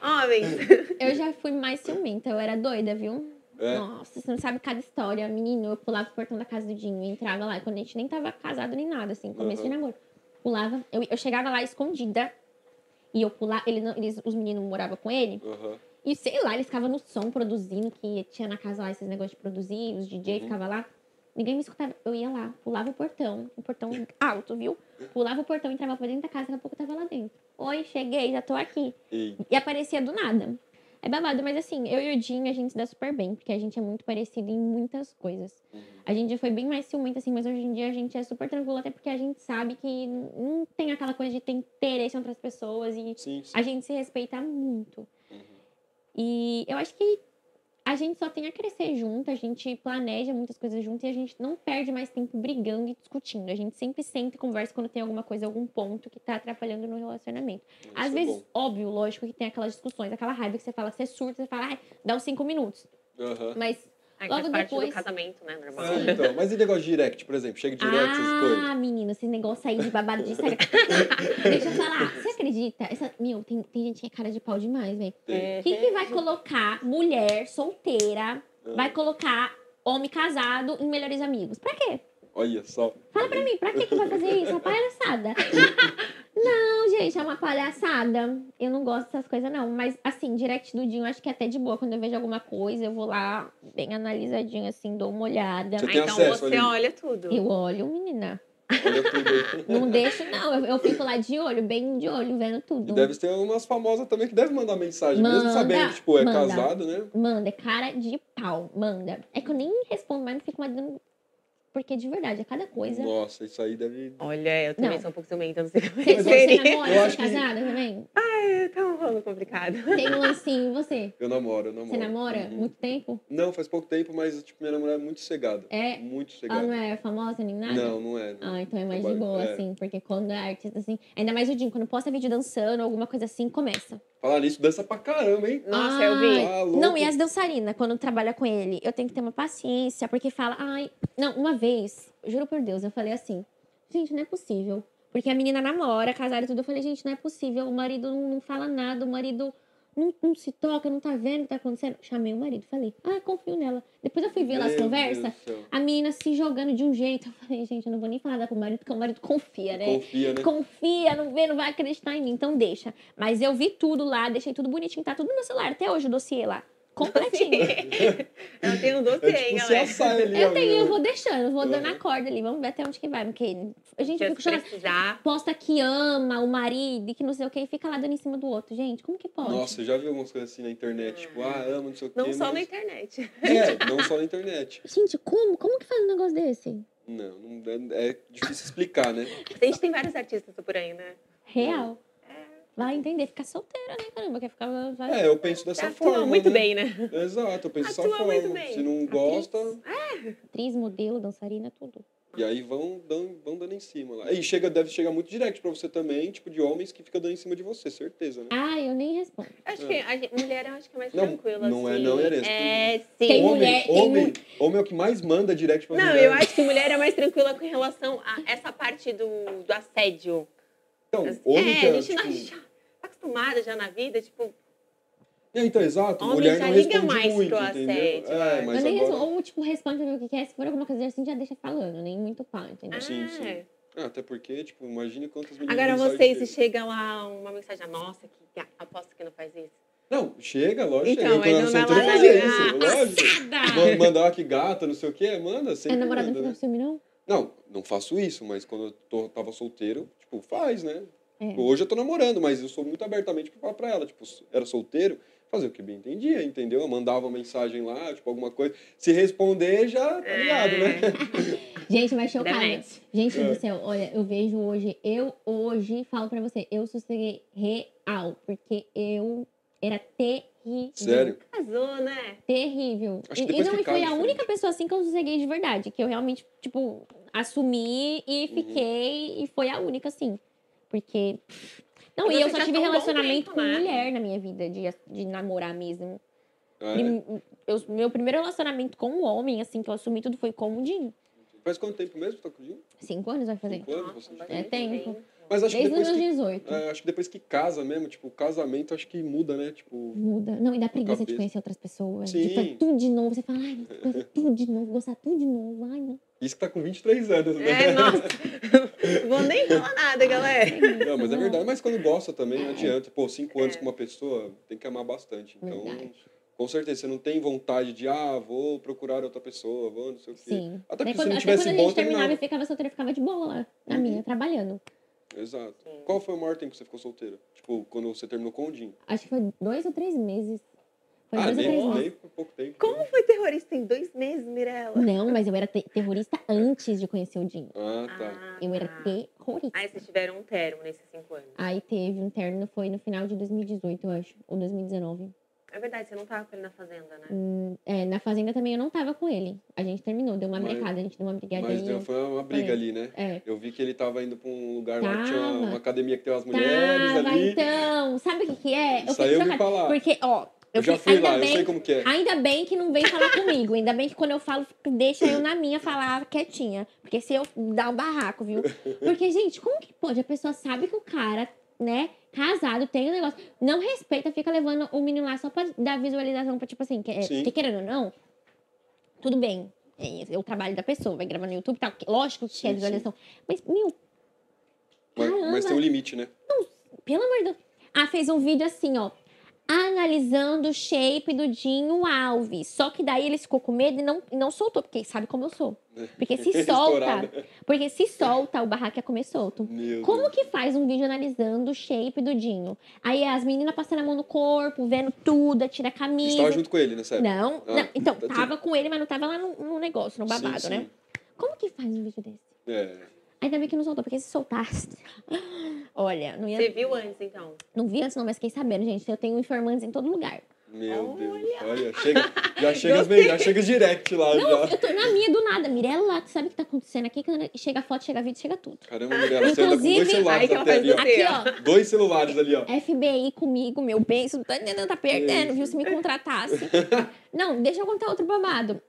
Speaker 2: Homens,
Speaker 3: Eu já fui mais ciumenta, eu era doida, viu?
Speaker 1: É.
Speaker 3: Nossa, você não sabe cada história. Menino, eu pulava o portão da casa do Dinho, entrava lá, quando a gente nem tava casado nem nada, assim, começo
Speaker 1: Uhum.
Speaker 3: de namoro. Pulava, eu, eu chegava lá escondida e eu pulava, ele, não- eles, os meninos moravam com ele,
Speaker 1: Aham.
Speaker 3: e sei lá, eles ficavam no som produzindo, que tinha na casa lá esses negócios de produzir, os DJ
Speaker 1: Uhum.
Speaker 3: ficavam lá. Ninguém me escutava, eu ia lá, pulava o portão, o portão alto, viu? Pulava o portão, entrava pra dentro da casa, daqui a pouco eu tava lá dentro. Oi, cheguei, já tô aqui.
Speaker 1: E
Speaker 3: E aparecia do nada. É babado, mas assim, eu e o Dinho, a gente se dá super bem, porque a gente é muito parecido em muitas coisas.
Speaker 1: Uhum.
Speaker 3: A gente já foi bem mais ciumento, assim, mas hoje em dia a gente é super tranquilo, até porque a gente sabe que não tem aquela coisa de ter interesse em outras pessoas e
Speaker 1: sim, sim.
Speaker 3: a gente se respeita muito.
Speaker 1: Uhum.
Speaker 3: E eu acho que a gente só tem a crescer junto, a gente planeja muitas coisas junto e a gente não perde mais tempo brigando e discutindo. A gente sempre senta e conversa quando tem alguma coisa, algum ponto que tá atrapalhando no relacionamento.
Speaker 1: Isso
Speaker 3: Às
Speaker 1: é
Speaker 3: vezes,
Speaker 1: bom.
Speaker 3: óbvio, lógico que tem aquelas discussões, aquela raiva que você fala, que você surta, você fala, ai, dá uns cinco minutos.
Speaker 1: Aham.
Speaker 3: Mas,
Speaker 2: Aí
Speaker 3: Logo
Speaker 2: É, faz parte
Speaker 3: depois-
Speaker 2: do casamento, né? Normal.
Speaker 1: Ah, então, mas e negócio de direct, por exemplo? Chega direct, essas coisas.
Speaker 3: ah, menino, esse negócio aí de babado de Instagram. Deixa eu falar, você acredita? Essa, meu, tem, tem gente que é cara de pau demais, velho.
Speaker 1: Tem.
Speaker 3: É, Quem que vai colocar mulher
Speaker 1: Ah,
Speaker 3: solteira, vai colocar homem casado em melhores amigos? Pra quê?
Speaker 1: Olha só.
Speaker 3: Fala pra mim, pra que que vai fazer isso? É uma palhaçada. Não, gente, é uma palhaçada. Eu não gosto dessas coisas, não. Mas, assim, direct do Dinho, eu acho que é até de boa. Quando eu vejo alguma coisa, eu vou lá, bem analisadinho, assim, dou uma olhada.
Speaker 1: Você
Speaker 2: Ah,
Speaker 1: tem
Speaker 2: então
Speaker 1: acesso
Speaker 2: você
Speaker 1: ali.
Speaker 2: olha tudo.
Speaker 3: Eu olho, menina.
Speaker 1: Olha tudo.
Speaker 3: Não deixo, não. Eu, eu fico lá de olho, bem de olho, vendo
Speaker 1: E
Speaker 3: tudo.
Speaker 1: deve ter umas famosas também que deve mandar mensagem, mesmo
Speaker 3: Manda,
Speaker 1: sabendo que, tipo, é
Speaker 3: manda.
Speaker 1: casado, né?
Speaker 3: Manda, é cara de pau. Manda. É que eu nem respondo, mas não fico mais dando... Porque, de verdade, é cada coisa.
Speaker 1: Nossa, isso aí deve.
Speaker 2: Olha, eu também
Speaker 3: Não.
Speaker 2: sou um pouco ciumenta, não sei como
Speaker 3: Você,
Speaker 1: Mas
Speaker 3: você
Speaker 1: eu-
Speaker 3: namora,
Speaker 1: eu
Speaker 3: você é
Speaker 1: acho que-
Speaker 3: casada também?
Speaker 2: é. Tá um rolo complicado.
Speaker 3: Tem um lancinho, e você?
Speaker 1: Eu namoro, eu namoro.
Speaker 3: Você namora?
Speaker 1: Uhum.
Speaker 3: Muito tempo?
Speaker 1: Não, faz pouco tempo, mas tipo, minha namorada é muito cegada.
Speaker 3: É,
Speaker 1: Muito
Speaker 3: Ela
Speaker 1: cegada.
Speaker 3: não é famosa nem nada?
Speaker 1: não, não é.
Speaker 3: Ah, então é mais de
Speaker 1: Trabalho-
Speaker 3: boa,
Speaker 1: é.
Speaker 3: assim, porque quando é artista, assim. Ainda mais o Jim, quando posta vídeo dançando, alguma coisa assim, começa.
Speaker 1: Falar nisso, dança pra caramba,
Speaker 3: Ah.
Speaker 1: hein?
Speaker 2: Nossa, eu vi.
Speaker 1: Tá louco.
Speaker 3: Não, e assim, as dançarinas, quando trabalha com ele, eu tenho que ter uma paciência, porque fala, ai. Não, uma vez, juro por Deus, eu falei assim. gente, não é possível. Porque a menina namora, casada e tudo. Eu falei, gente, não é possível. O marido não, não fala nada, o marido não, não se toca, não tá vendo o que tá acontecendo. Chamei o marido, falei, ah, confio nela. Depois eu fui ver elas
Speaker 1: Meu
Speaker 3: conversas,
Speaker 1: Deus do céu.
Speaker 3: a menina se jogando de um jeito. Eu falei, gente, eu não vou nem falar nada pro marido, porque o marido confia, né?
Speaker 1: Confia, né?
Speaker 3: Confia, não vê, não vai acreditar em mim, então deixa. Mas eu vi tudo lá, deixei tudo bonitinho, tá tudo no meu celular, até hoje o dossiê lá. Completinho.
Speaker 2: Ela tem um doce,
Speaker 1: É
Speaker 2: hein,
Speaker 1: tipo, você
Speaker 2: galera.
Speaker 1: assai ali.
Speaker 3: Eu
Speaker 1: ó,
Speaker 3: tenho, eu
Speaker 1: meu. Uhum.
Speaker 3: vou deixando, vou dando a
Speaker 1: Aham.
Speaker 3: corda ali, vamos ver até onde que vai, porque a gente
Speaker 2: Se
Speaker 3: fica chorando.
Speaker 2: precisar,
Speaker 3: Posta que ama o marido e que não sei o que, e fica lá dando em cima do outro. Gente, como que pode?
Speaker 1: Nossa, eu já vi algumas coisas assim na internet. Tipo, ah, amo, não sei o quê.
Speaker 2: não só na
Speaker 1: mas-
Speaker 2: internet.
Speaker 1: É, não só na internet.
Speaker 3: Gente, como? Como que faz um negócio desse?
Speaker 1: Não, não é, é difícil explicar, né?
Speaker 2: A gente tem vários artistas por aí, né?
Speaker 3: Real. Vai entender, ficar solteira, né? Caramba, quer ficar. Vai...
Speaker 1: É, eu penso
Speaker 3: Tá
Speaker 1: dessa
Speaker 2: Atua
Speaker 1: forma.
Speaker 2: muito
Speaker 1: né?
Speaker 2: bem, né?
Speaker 1: Exato, eu penso dessa
Speaker 2: Atua muito
Speaker 1: forma.
Speaker 2: bem.
Speaker 1: Se não gosta,
Speaker 3: Atriz, modelo, dançarina, tudo.
Speaker 1: e aí vão dando, vão dando em cima lá. E chega, deve chegar muito direct pra você também, tipo, de homens que ficam dando em cima de você, certeza, né?
Speaker 3: Ah, eu nem respondo.
Speaker 2: Acho que a gente, mulher eu acho que é mais
Speaker 1: Não,
Speaker 2: tranquila.
Speaker 1: não é
Speaker 2: assim.
Speaker 1: não, Ernesto.
Speaker 2: É, sim.
Speaker 3: Tem um
Speaker 1: homem,
Speaker 3: mulher- tem
Speaker 1: homem,
Speaker 3: mu-
Speaker 1: homem é o que mais manda direct pra
Speaker 2: Não,
Speaker 1: mulher.
Speaker 2: eu acho que mulher é mais tranquila com relação a essa parte do, do assédio.
Speaker 1: Então, homem que
Speaker 2: É,
Speaker 1: é,
Speaker 2: a gente não
Speaker 1: tipo-
Speaker 2: já tá acostumada já na vida, tipo,
Speaker 1: É, então, exato.
Speaker 2: Homem
Speaker 1: mulher
Speaker 2: já
Speaker 1: não
Speaker 2: liga
Speaker 1: responde
Speaker 2: mais
Speaker 1: muito,
Speaker 2: pro
Speaker 1: entendeu?
Speaker 2: assédio,
Speaker 1: é,
Speaker 2: né?
Speaker 1: mas
Speaker 3: eu nem
Speaker 1: agora...
Speaker 3: respondo. Ou, tipo, responde pra ver o que quer. Se for alguma coisa assim, já deixa falando, nem muito pau, entendeu?
Speaker 2: ah,
Speaker 1: Sim, sim. Ah, até porque, tipo, imagina quantas meninas...
Speaker 2: Agora
Speaker 1: mensagem
Speaker 2: vocês, se
Speaker 1: chega.
Speaker 2: chega lá uma mensagem nossa, que que aposto que não faz isso.
Speaker 1: Não, chega, lógico.
Speaker 2: Então,
Speaker 1: chega.
Speaker 2: aí
Speaker 1: Quando
Speaker 2: não
Speaker 1: era
Speaker 2: vai
Speaker 1: solteiro,
Speaker 2: lá
Speaker 1: eu fazia
Speaker 2: na-
Speaker 1: isso, lógico.
Speaker 3: Nada!
Speaker 1: Ma- Mandar uma que gata, não sei o quê, manda,
Speaker 3: É
Speaker 1: sempre
Speaker 3: namorada não
Speaker 1: manda,
Speaker 3: fica
Speaker 1: né?
Speaker 3: com ciúme, não?
Speaker 1: Não, não faço isso, mas quando eu tô- tava solteiro, tipo, faz, né?
Speaker 3: É.
Speaker 1: Hoje eu tô namorando, mas eu sou muito abertamente pra falar pra ela. Tipo, era solteiro, fazer o que bem entendia, entendeu? Eu mandava uma mensagem lá, tipo, alguma coisa. Se responder, já tá ligado, né?
Speaker 3: Gente, vai chocar.
Speaker 2: Internet.
Speaker 3: Gente
Speaker 1: É.
Speaker 3: do céu, olha, eu vejo hoje, eu hoje falo pra você, eu sosseguei real, porque eu era terrível.
Speaker 1: Sério?
Speaker 2: Casou, né?
Speaker 3: Terrível.
Speaker 1: Acho
Speaker 3: E,
Speaker 1: que
Speaker 3: e
Speaker 1: depois
Speaker 3: não
Speaker 1: que
Speaker 3: e foi
Speaker 1: casa,
Speaker 3: a
Speaker 1: diferente.
Speaker 3: única pessoa assim que eu sosseguei de verdade, que eu realmente, tipo, assumi e
Speaker 1: Uhum.
Speaker 3: fiquei, e foi a única, assim. Porque. Não,
Speaker 2: E
Speaker 3: e eu
Speaker 2: É você
Speaker 3: só
Speaker 2: já
Speaker 3: tive
Speaker 2: tá um bom
Speaker 3: relacionamento
Speaker 2: tempo,
Speaker 3: com
Speaker 2: né?
Speaker 3: mulher na minha vida, de, de namorar mesmo.
Speaker 1: Ah, é.
Speaker 3: Prim- eu- meu primeiro relacionamento com um homem, assim, que eu assumi tudo foi com o Dinho.
Speaker 1: Faz quanto tempo mesmo que tá com o Dinho?
Speaker 3: Cinco anos vai fazer.
Speaker 1: Cinco anos? Você
Speaker 2: bastante
Speaker 3: É tempo.
Speaker 1: Mas acho que,
Speaker 3: Desde os
Speaker 1: depois
Speaker 3: meus
Speaker 1: que,
Speaker 3: 18.
Speaker 1: é, acho que depois que casa mesmo, tipo, o casamento acho que muda, né? Tipo,
Speaker 3: Muda. Não, e dá preguiça de
Speaker 1: cabeça.
Speaker 3: conhecer outras pessoas. De
Speaker 1: Sim.
Speaker 3: fazer tudo de novo. Você fala, ai, vou fazer tudo de novo, gostar tudo de novo. Ai, não.
Speaker 1: isso que tá com 23 anos, né?
Speaker 2: É, nossa. Vou nem falar nada, galera.
Speaker 1: Não, mas é verdade. Mas quando gosta também, não adianta. Pô, cinco anos
Speaker 2: É.
Speaker 1: com uma pessoa, tem que amar bastante. Então,
Speaker 3: Verdade.
Speaker 1: com certeza, você não tem vontade de, ah, vou procurar outra pessoa, vou, não sei o quê.
Speaker 3: Sim.
Speaker 1: Até
Speaker 3: Daí
Speaker 1: porque se não
Speaker 3: até
Speaker 1: tivesse
Speaker 3: quando a
Speaker 1: bom,
Speaker 3: gente terminava
Speaker 1: terminava.
Speaker 3: e ficava solteira, eu ficava de boa lá, na
Speaker 1: Uhum.
Speaker 3: minha, trabalhando.
Speaker 1: Exato.
Speaker 2: Sim.
Speaker 1: Qual foi o maior tempo que você ficou solteira? Tipo, quando você terminou com o Dinho?
Speaker 3: Acho que foi dois ou três meses. Foi
Speaker 1: ah,
Speaker 3: dois ou três
Speaker 1: nem,
Speaker 3: meses.
Speaker 1: nem por pouco tempo.
Speaker 2: Como foi terrorista em dois meses, Mirella?
Speaker 3: Não, mas eu era te- terrorista antes de conhecer o Dinho.
Speaker 1: Ah, tá.
Speaker 3: Eu era
Speaker 2: tá.
Speaker 3: terrorista.
Speaker 2: Aí vocês tiveram um termo nesses cinco anos.
Speaker 3: Aí teve um término, foi no final de 2018, eu acho. Ou 2019.
Speaker 2: É verdade, você não tava com ele na fazenda, né?
Speaker 3: Hum, é, na fazenda também eu não tava com ele. A gente terminou, deu uma
Speaker 1: Mas-
Speaker 3: brincada, a gente deu uma brigada
Speaker 1: Mas
Speaker 3: aí.
Speaker 1: deu, foi uma briga
Speaker 3: Foi.
Speaker 1: ali, né?
Speaker 3: É.
Speaker 1: Eu vi que ele tava indo pra um lugar lá que tinha uma,
Speaker 3: Tava.
Speaker 1: uma academia que tem umas mulheres
Speaker 3: Tava,
Speaker 1: ali.
Speaker 3: então. Sabe o que que é?
Speaker 1: Isso aí eu vim
Speaker 3: chocada,
Speaker 1: falar.
Speaker 3: Porque, ó,
Speaker 1: Eu já
Speaker 3: fiquei-
Speaker 1: fui
Speaker 3: ainda
Speaker 1: lá, eu
Speaker 3: bem- Ah,
Speaker 1: sei como que é.
Speaker 3: Ainda bem que não vem falar comigo. Ainda bem que quando eu falo, deixa eu na minha falar quietinha. Porque se eu dá um barraco, viu? Porque, gente, como que pode? A pessoa sabe que o cara, né, casado, tem um negócio. Não respeita, fica levando o menino lá só pra dar visualização pra, tipo assim, que,
Speaker 1: Sim.
Speaker 3: porque querendo ou não, tudo bem. É o trabalho da pessoa, vai gravar no YouTube e tal. Lógico que
Speaker 1: Sim,
Speaker 3: é
Speaker 1: sim.
Speaker 3: visualização. Mas, meu,
Speaker 1: Mas, mas
Speaker 3: Caramba.
Speaker 1: tem um limite, né?
Speaker 3: pelo amor de Deus. Ah, fez um vídeo assim, ó. Analisando o shape do Dinho Alves. Só que daí ele ficou com medo e não, e não soltou, porque sabe como eu sou. Porque se
Speaker 1: Estourada.
Speaker 3: solta. Porque se solta, o barraco ia comer solto.
Speaker 1: Meu
Speaker 3: Como
Speaker 1: Deus.
Speaker 3: que faz um vídeo analisando o shape do Dinho? Aí as meninas passando a mão no corpo, vendo tudo, tira a
Speaker 1: Você
Speaker 3: camisa.
Speaker 1: estava junto com ele, né, sério?
Speaker 3: Não,
Speaker 1: Ah,
Speaker 3: não, então,
Speaker 1: tá tudo.
Speaker 3: tava com ele, mas não tava lá no, no negócio, no babado,
Speaker 1: sim,
Speaker 3: né? Como que faz um vídeo desse?
Speaker 1: Sim. É.
Speaker 3: Ainda bem que não soltou, porque se soltasse. Olha, não ia
Speaker 2: Você viu antes, então?
Speaker 3: não vi antes, não, mas fiquei sabendo, gente. Eu tenho informantes em todo lugar.
Speaker 1: Meu
Speaker 2: Olha.
Speaker 1: Deus. Olha, chega, já chega, as men- já chega os direct lá. já.
Speaker 3: Eu tô na minha do nada. Mirella, tu sabe o que tá acontecendo aqui? que Chega foto, chega vídeo, chega tudo.
Speaker 1: Caramba, Mirella, você anda com dois
Speaker 3: Inclusive,
Speaker 2: aí
Speaker 1: celulares
Speaker 2: que ela
Speaker 1: até
Speaker 2: faz
Speaker 1: ali, ó.
Speaker 3: Aqui, ó.
Speaker 1: Dois celulares ali,
Speaker 3: É.
Speaker 1: ó.
Speaker 3: FBI comigo, meu bem, isso não tá entendendo, tá perdendo,
Speaker 1: Isso.
Speaker 3: viu? Se me contratasse. Não, deixa eu contar outro babado.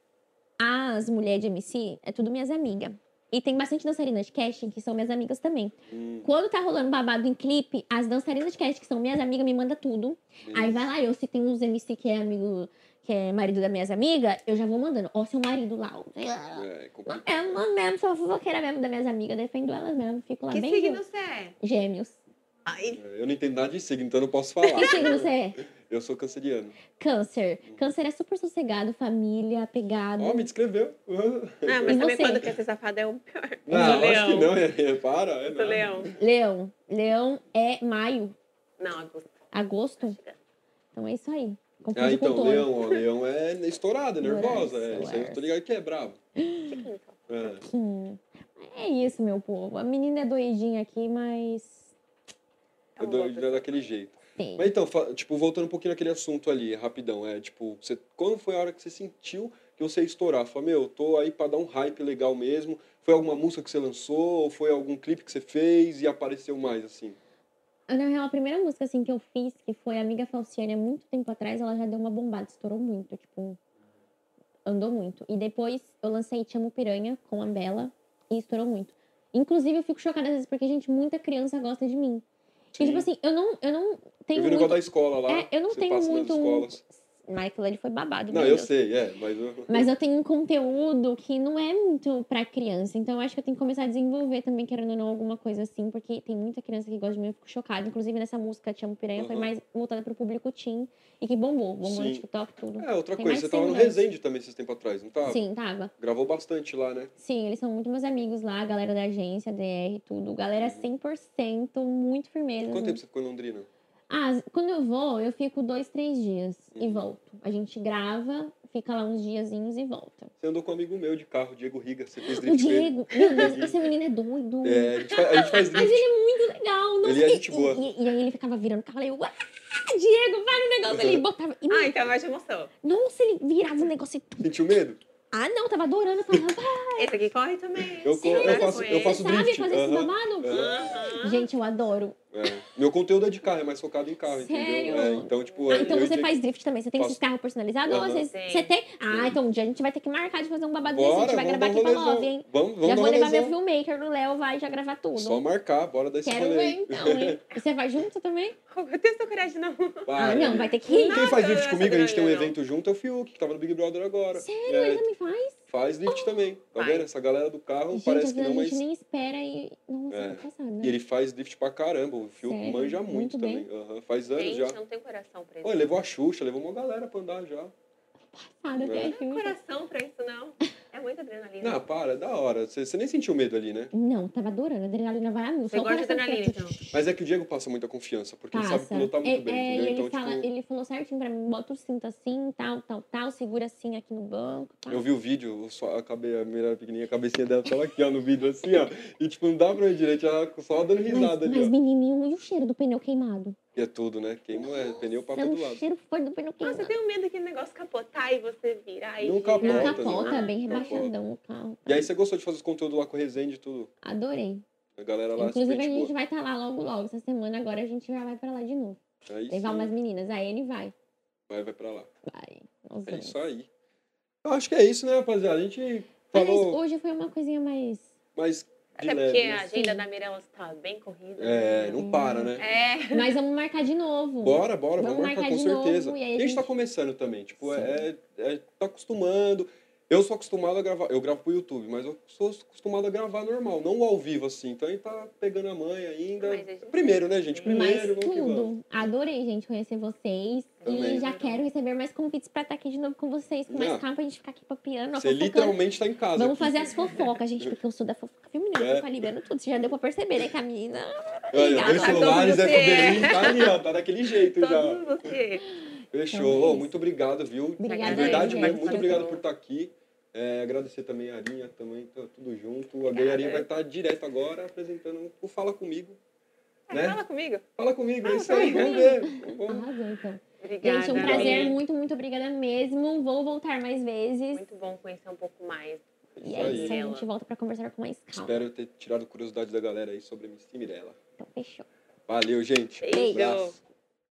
Speaker 3: As mulheres de MC é tudo minhas amigas. E tem bastante dançarinas de casting que são minhas amigas também.
Speaker 1: Hum,
Speaker 3: Quando tá rolando babado em clipe, as dançarinas de casting que são minhas amigas me mandam tudo. Aí vai lá, eu se tem uns MC que é amigo, que é marido das minhas amigas, eu já vou mandando. Ó, seu marido lá. ó.
Speaker 1: É, é complicado.
Speaker 3: É uma mesmo, sou fofoqueira mesmo das minhas amigas, defendo elas mesmo, fico lá
Speaker 2: Que
Speaker 3: bem.
Speaker 2: signo
Speaker 3: junto.
Speaker 2: você é?
Speaker 3: Gêmeos.
Speaker 2: Ai,
Speaker 1: É, Eu não entendo nada de signo, então eu não posso falar.
Speaker 3: Que signo você é?
Speaker 1: Eu sou canceriano.
Speaker 3: Câncer. Câncer é super sossegado, família, apegado.
Speaker 1: Ó, me descreveu.
Speaker 2: ah,
Speaker 3: E
Speaker 2: mas
Speaker 3: você?
Speaker 2: também quando quer ser safado é o pior.
Speaker 1: Não,
Speaker 2: Sou
Speaker 1: acho que não, é, é, para. É
Speaker 2: Eu sou
Speaker 1: nada.
Speaker 2: leão.
Speaker 3: Leão. Leão é maio,
Speaker 2: Não, tá Augusto.
Speaker 3: agosto. Então é isso aí. Confunde
Speaker 1: Ah, então,
Speaker 3: com touro.
Speaker 1: leão, ó, leão é estourada, é nervosa. É,
Speaker 3: Nervosa,
Speaker 1: isso aí eu tô ligado que é brabo.
Speaker 2: Quinto.
Speaker 1: É.
Speaker 3: Hum. É isso, meu povo. A menina é doidinha aqui, mas.
Speaker 2: É
Speaker 1: Eu
Speaker 2: um
Speaker 1: dou,
Speaker 2: outro.
Speaker 1: dou daquele jeito.
Speaker 3: Tem.
Speaker 1: Mas então, fa- tipo, voltando um pouquinho naquele assunto ali, rapidão, é tipo, você, quando foi a hora que você sentiu que você ia estourar? Falou, meu, eu tô aí pra dar um hype legal mesmo. Foi alguma música que você lançou? Ou foi algum clipe que você fez e apareceu mais, assim?
Speaker 3: Na real, a primeira música assim, que eu fiz, que foi Amiga Falciane, há muito tempo atrás, ela já deu uma bombada, estourou muito, tipo, andou muito. E depois eu lancei Te Amo Piranha com a Bela e estourou muito. Inclusive, eu fico chocada às vezes, porque, gente, muita criança gosta de mim. E, tipo assim, eu não, eu não
Speaker 1: eu
Speaker 3: tenho
Speaker 1: vi o negócio da
Speaker 3: muito...
Speaker 1: escola lá.
Speaker 3: É, eu não
Speaker 1: que você
Speaker 3: tenho
Speaker 1: passa nas
Speaker 3: muito-
Speaker 1: Escolas.
Speaker 3: Michael, ele foi babado.
Speaker 1: Não,
Speaker 3: meu
Speaker 1: eu
Speaker 3: Deus.
Speaker 1: sei, é, mas eu...
Speaker 3: Mas eu tenho um conteúdo que não é muito pra criança. Então eu acho que eu tenho que começar a desenvolver também, querendo ou não, alguma coisa assim. Porque tem muita criança que gosta de mim, eu fico chocada. Inclusive nessa música Te Amo Piranha foi
Speaker 1: Uhum.
Speaker 3: mais voltada pro público teen. E que bombou. Bombou
Speaker 1: Sim.
Speaker 3: no TikTok, tudo.
Speaker 1: É, outra
Speaker 3: Tem
Speaker 1: coisa,
Speaker 3: mais
Speaker 1: você tava no
Speaker 3: seguidores.
Speaker 1: Resende também esses tempos atrás, não tá?
Speaker 3: Sim, tava.
Speaker 1: Gravou bastante lá, né?
Speaker 3: Sim, eles são muito meus amigos lá, a galera da agência, DR, tudo. Galera 100%, muito firmeza.
Speaker 1: Uhum. Quanto tempo você ficou em Londrina?
Speaker 3: Ah, quando eu vou, eu fico dois, três dias e
Speaker 1: Uhum.
Speaker 3: volto. A gente grava, fica lá uns diazinhos e volta.
Speaker 1: Você andou com um amigo meu de carro, Diego Riga, você fez
Speaker 3: O
Speaker 1: drift com ele.
Speaker 3: Diego, meu Deus, esse menino é doido.
Speaker 1: É, a gente faz, a gente faz
Speaker 3: Mas
Speaker 1: drift.
Speaker 3: ele é muito legal. Nossa,
Speaker 1: Ele é
Speaker 3: e-
Speaker 1: gente
Speaker 3: e,
Speaker 1: boa.
Speaker 3: E, e aí ele ficava virando o carro, eu, ah, Diego, vai no negócio. Ele botava, e,
Speaker 2: Ah, então é mais de emoção.
Speaker 3: nossa, ele virava o negócio e tudo.
Speaker 1: Sentiu medo?
Speaker 3: Ah, não, tava adorando. Eu falava, "Vai,
Speaker 2: Esse aqui corre É, também.
Speaker 1: Eu,
Speaker 2: Sim,
Speaker 1: co- eu
Speaker 2: né,
Speaker 1: faço,
Speaker 2: com
Speaker 1: eu
Speaker 2: ele.
Speaker 1: faço
Speaker 3: sabe,
Speaker 1: drift.
Speaker 3: fazer esse
Speaker 1: aham.
Speaker 3: babado.
Speaker 2: Aham.
Speaker 3: Gente, eu adoro.
Speaker 1: É. Meu conteúdo é de carro, é mais focado em carro, entendeu?
Speaker 3: Sério?
Speaker 1: É, então, tipo,
Speaker 3: Ah,
Speaker 1: é-
Speaker 3: então
Speaker 1: eu
Speaker 3: você
Speaker 1: de-
Speaker 3: faz drift também. Você tem esses
Speaker 1: Faço.
Speaker 3: carros personalizados? Ou
Speaker 1: Aham.
Speaker 3: vocês,
Speaker 2: Sim.
Speaker 3: você tem? Ah, então um dia a gente vai ter que marcar de fazer um babado desse. A
Speaker 1: Bora,
Speaker 3: gente vai
Speaker 1: vamos
Speaker 3: gravar
Speaker 1: dar um
Speaker 3: aqui pra
Speaker 1: rolezão.
Speaker 3: Love, hein?
Speaker 1: Vamos, vamos
Speaker 3: Já
Speaker 1: dar um
Speaker 3: vou levar meu
Speaker 1: rolezão.
Speaker 3: filmaker do Léo, vai já gravar tudo.
Speaker 1: Só marcar, bora dar esse
Speaker 3: Quero
Speaker 1: rolê.
Speaker 3: ver
Speaker 1: aí.
Speaker 3: então, hein? E Você vai junto também?
Speaker 2: Eu tenho essa coragem, não.
Speaker 3: Ah,
Speaker 1: Vai.
Speaker 3: não, vai ter que ir.
Speaker 1: Quem faz
Speaker 2: Nada,
Speaker 1: drift
Speaker 2: essa
Speaker 1: comigo, a gente tem um
Speaker 2: droga, não.
Speaker 1: evento junto, é o Fiuk, que tava no Big Brother agora.
Speaker 3: Sério,
Speaker 1: É,
Speaker 3: ele também faz?
Speaker 1: faz drift também. Tá
Speaker 2: Vai.
Speaker 1: vendo? Essa galera do carro
Speaker 3: Ah, Gente,
Speaker 1: Então, parece
Speaker 3: às
Speaker 1: que
Speaker 3: vezes
Speaker 1: não,
Speaker 3: a
Speaker 1: mas.
Speaker 3: gente nem espera e. Nossa,
Speaker 1: É.
Speaker 3: é passado, né?
Speaker 1: E ele faz drift pra caramba. O Fiuk
Speaker 3: Sério?
Speaker 1: manja muito,
Speaker 3: Muito
Speaker 1: também.
Speaker 3: bem.
Speaker 1: Aham, Faz anos
Speaker 2: Gente,
Speaker 1: já.
Speaker 2: eu não tenho coração pra isso.
Speaker 1: Olha, levou a Xuxa, levou uma galera pra andar já.
Speaker 3: Passado né? até
Speaker 1: É.
Speaker 3: aqui.
Speaker 2: Não tenho coração pra isso, não. É muita adrenalina.
Speaker 1: Não, para, é da hora. Você você nem sentiu medo ali, né?
Speaker 3: Não, tava adorando. A adrenalina vai a mil.
Speaker 2: Você
Speaker 3: Só o
Speaker 2: gosta de
Speaker 3: coração fica-
Speaker 2: adrenalina, então?
Speaker 1: Mas é que o Diego passa muita confiança, porque ele sabe
Speaker 3: Passa.
Speaker 1: pilotar
Speaker 3: É-
Speaker 1: muito bem,
Speaker 3: é, e
Speaker 1: entendeu?
Speaker 3: ele,
Speaker 1: Então,
Speaker 3: fala-
Speaker 1: tipo,
Speaker 3: ele falou certinho pra mim: bota o cinto assim, tal, tal, tal, segura assim aqui no banco. Tal.
Speaker 1: eu vi o vídeo, eu só acabei, a menina pequenininha, a cabecinha dela tava aqui, ó, no vídeo, assim, ó. E, tipo, não dá pra ver direito, ela só dando
Speaker 3: mas,
Speaker 1: risada ali,
Speaker 3: mas
Speaker 1: ó.
Speaker 3: menininho, e o cheiro do pneu queimado?
Speaker 1: E é tudo, né? Queima, é, pneu pra
Speaker 3: É um
Speaker 1: todo lado.
Speaker 3: cheiro forte do pneu
Speaker 2: Nossa, eu
Speaker 3: queimado.
Speaker 2: tenho medo daquele negócio capotar e você virar e
Speaker 1: Não
Speaker 2: virar.
Speaker 3: Não,
Speaker 1: Capota,
Speaker 3: capota,
Speaker 1: né?
Speaker 3: é bem
Speaker 1: Capota.
Speaker 3: rebaixadão o carro.
Speaker 1: E aí você gostou de fazer os conteúdos lá com o Resende e tudo?
Speaker 3: Adorei.
Speaker 1: A galera lá
Speaker 3: Inclusive, a
Speaker 1: super de
Speaker 3: gente
Speaker 1: boa.
Speaker 3: vai estar lá logo, logo. Essa semana agora a gente já vai pra lá de novo.
Speaker 1: Aí sim,
Speaker 3: Levar umas meninas. A Anne vai.
Speaker 1: É né? vai, vai pra lá.
Speaker 3: Vai. Nós
Speaker 1: É
Speaker 3: vamos.
Speaker 1: isso aí. Eu acho que é isso, né, rapaziada? A gente
Speaker 3: Aliás,
Speaker 1: falou,
Speaker 3: hoje foi uma coisinha mais.
Speaker 1: mas de
Speaker 2: Até É porque
Speaker 1: leve.
Speaker 2: a
Speaker 1: né?
Speaker 2: agenda da Mirella está bem corrida.
Speaker 1: É,
Speaker 2: né?
Speaker 1: não para, né?
Speaker 2: É.
Speaker 3: Mas vamos marcar de novo.
Speaker 1: Bora, bora, vamos,
Speaker 3: Uhum. Vamos
Speaker 1: marcar,
Speaker 3: marcar
Speaker 1: com
Speaker 3: de
Speaker 1: certeza.
Speaker 3: novo, e
Speaker 1: a,
Speaker 3: aí a
Speaker 1: gente... tá
Speaker 3: gente-
Speaker 1: começando também, tipo, é, é- tá acostumando. Eu sou acostumado a gravar, eu gravo pro YouTube, mas eu sou acostumado a gravar normal, não ao vivo assim. Então a gente tá pegando a mãe ainda.
Speaker 2: Mas a gente-
Speaker 1: Primeiro, né, gente?
Speaker 3: Mas
Speaker 1: Primeiro, vamos que vamos.
Speaker 3: tudo. Adorei, gente, conhecer vocês.
Speaker 1: Também.
Speaker 3: E já quero receber mais convites pra estar aqui de novo com vocês, com mais
Speaker 1: Não.
Speaker 3: calma pra gente ficar aqui papiando.
Speaker 1: Você
Speaker 3: fofocando.
Speaker 1: literalmente tá em casa.
Speaker 3: Vamos
Speaker 1: aqui.
Speaker 3: fazer as fofocas, gente, porque eu sou da fofoca feminina,
Speaker 1: É.
Speaker 3: eu tô liberando tudo. Você já deu pra perceber, né, Camila?
Speaker 1: Olha,
Speaker 3: Obrigada.
Speaker 1: dois celulares, é
Speaker 2: Todos
Speaker 1: cabelinho, tá ali, ó, tá daquele jeito já.
Speaker 2: Todos vocês.
Speaker 1: Fechou.
Speaker 3: Então é
Speaker 1: Ô,
Speaker 3: isso.
Speaker 1: muito obrigado, viu?
Speaker 3: Obrigada
Speaker 1: De verdade,
Speaker 3: aí,
Speaker 1: mesmo,
Speaker 3: gente.
Speaker 1: muito
Speaker 3: Foi
Speaker 1: obrigado
Speaker 2: bom.
Speaker 1: por estar aqui. É, agradecer também a Arinha, também, tá tudo junto. A Bia Arinha vai estar direto agora apresentando o Fala Comigo.
Speaker 2: Ah,
Speaker 1: Né?
Speaker 2: Fala comigo.
Speaker 1: Fala comigo, é
Speaker 2: Ah,
Speaker 1: isso aí,
Speaker 2: fala
Speaker 1: vamos ver. Vamos-
Speaker 3: Arrasou, então.
Speaker 2: Obrigada.
Speaker 3: Gente, é um prazer. Muito, muito obrigada mesmo. Vou voltar mais vezes.
Speaker 2: Muito bom conhecer um pouco mais.
Speaker 3: E é
Speaker 1: Isso
Speaker 3: isso,
Speaker 1: aí.
Speaker 3: a gente volta pra conversar com mais calma.
Speaker 1: Espero ter tirado curiosidade da galera aí sobre a MC Mirella.
Speaker 3: Então, fechou.
Speaker 1: Valeu, gente. Um
Speaker 2: Beijo.
Speaker 1: Abraço.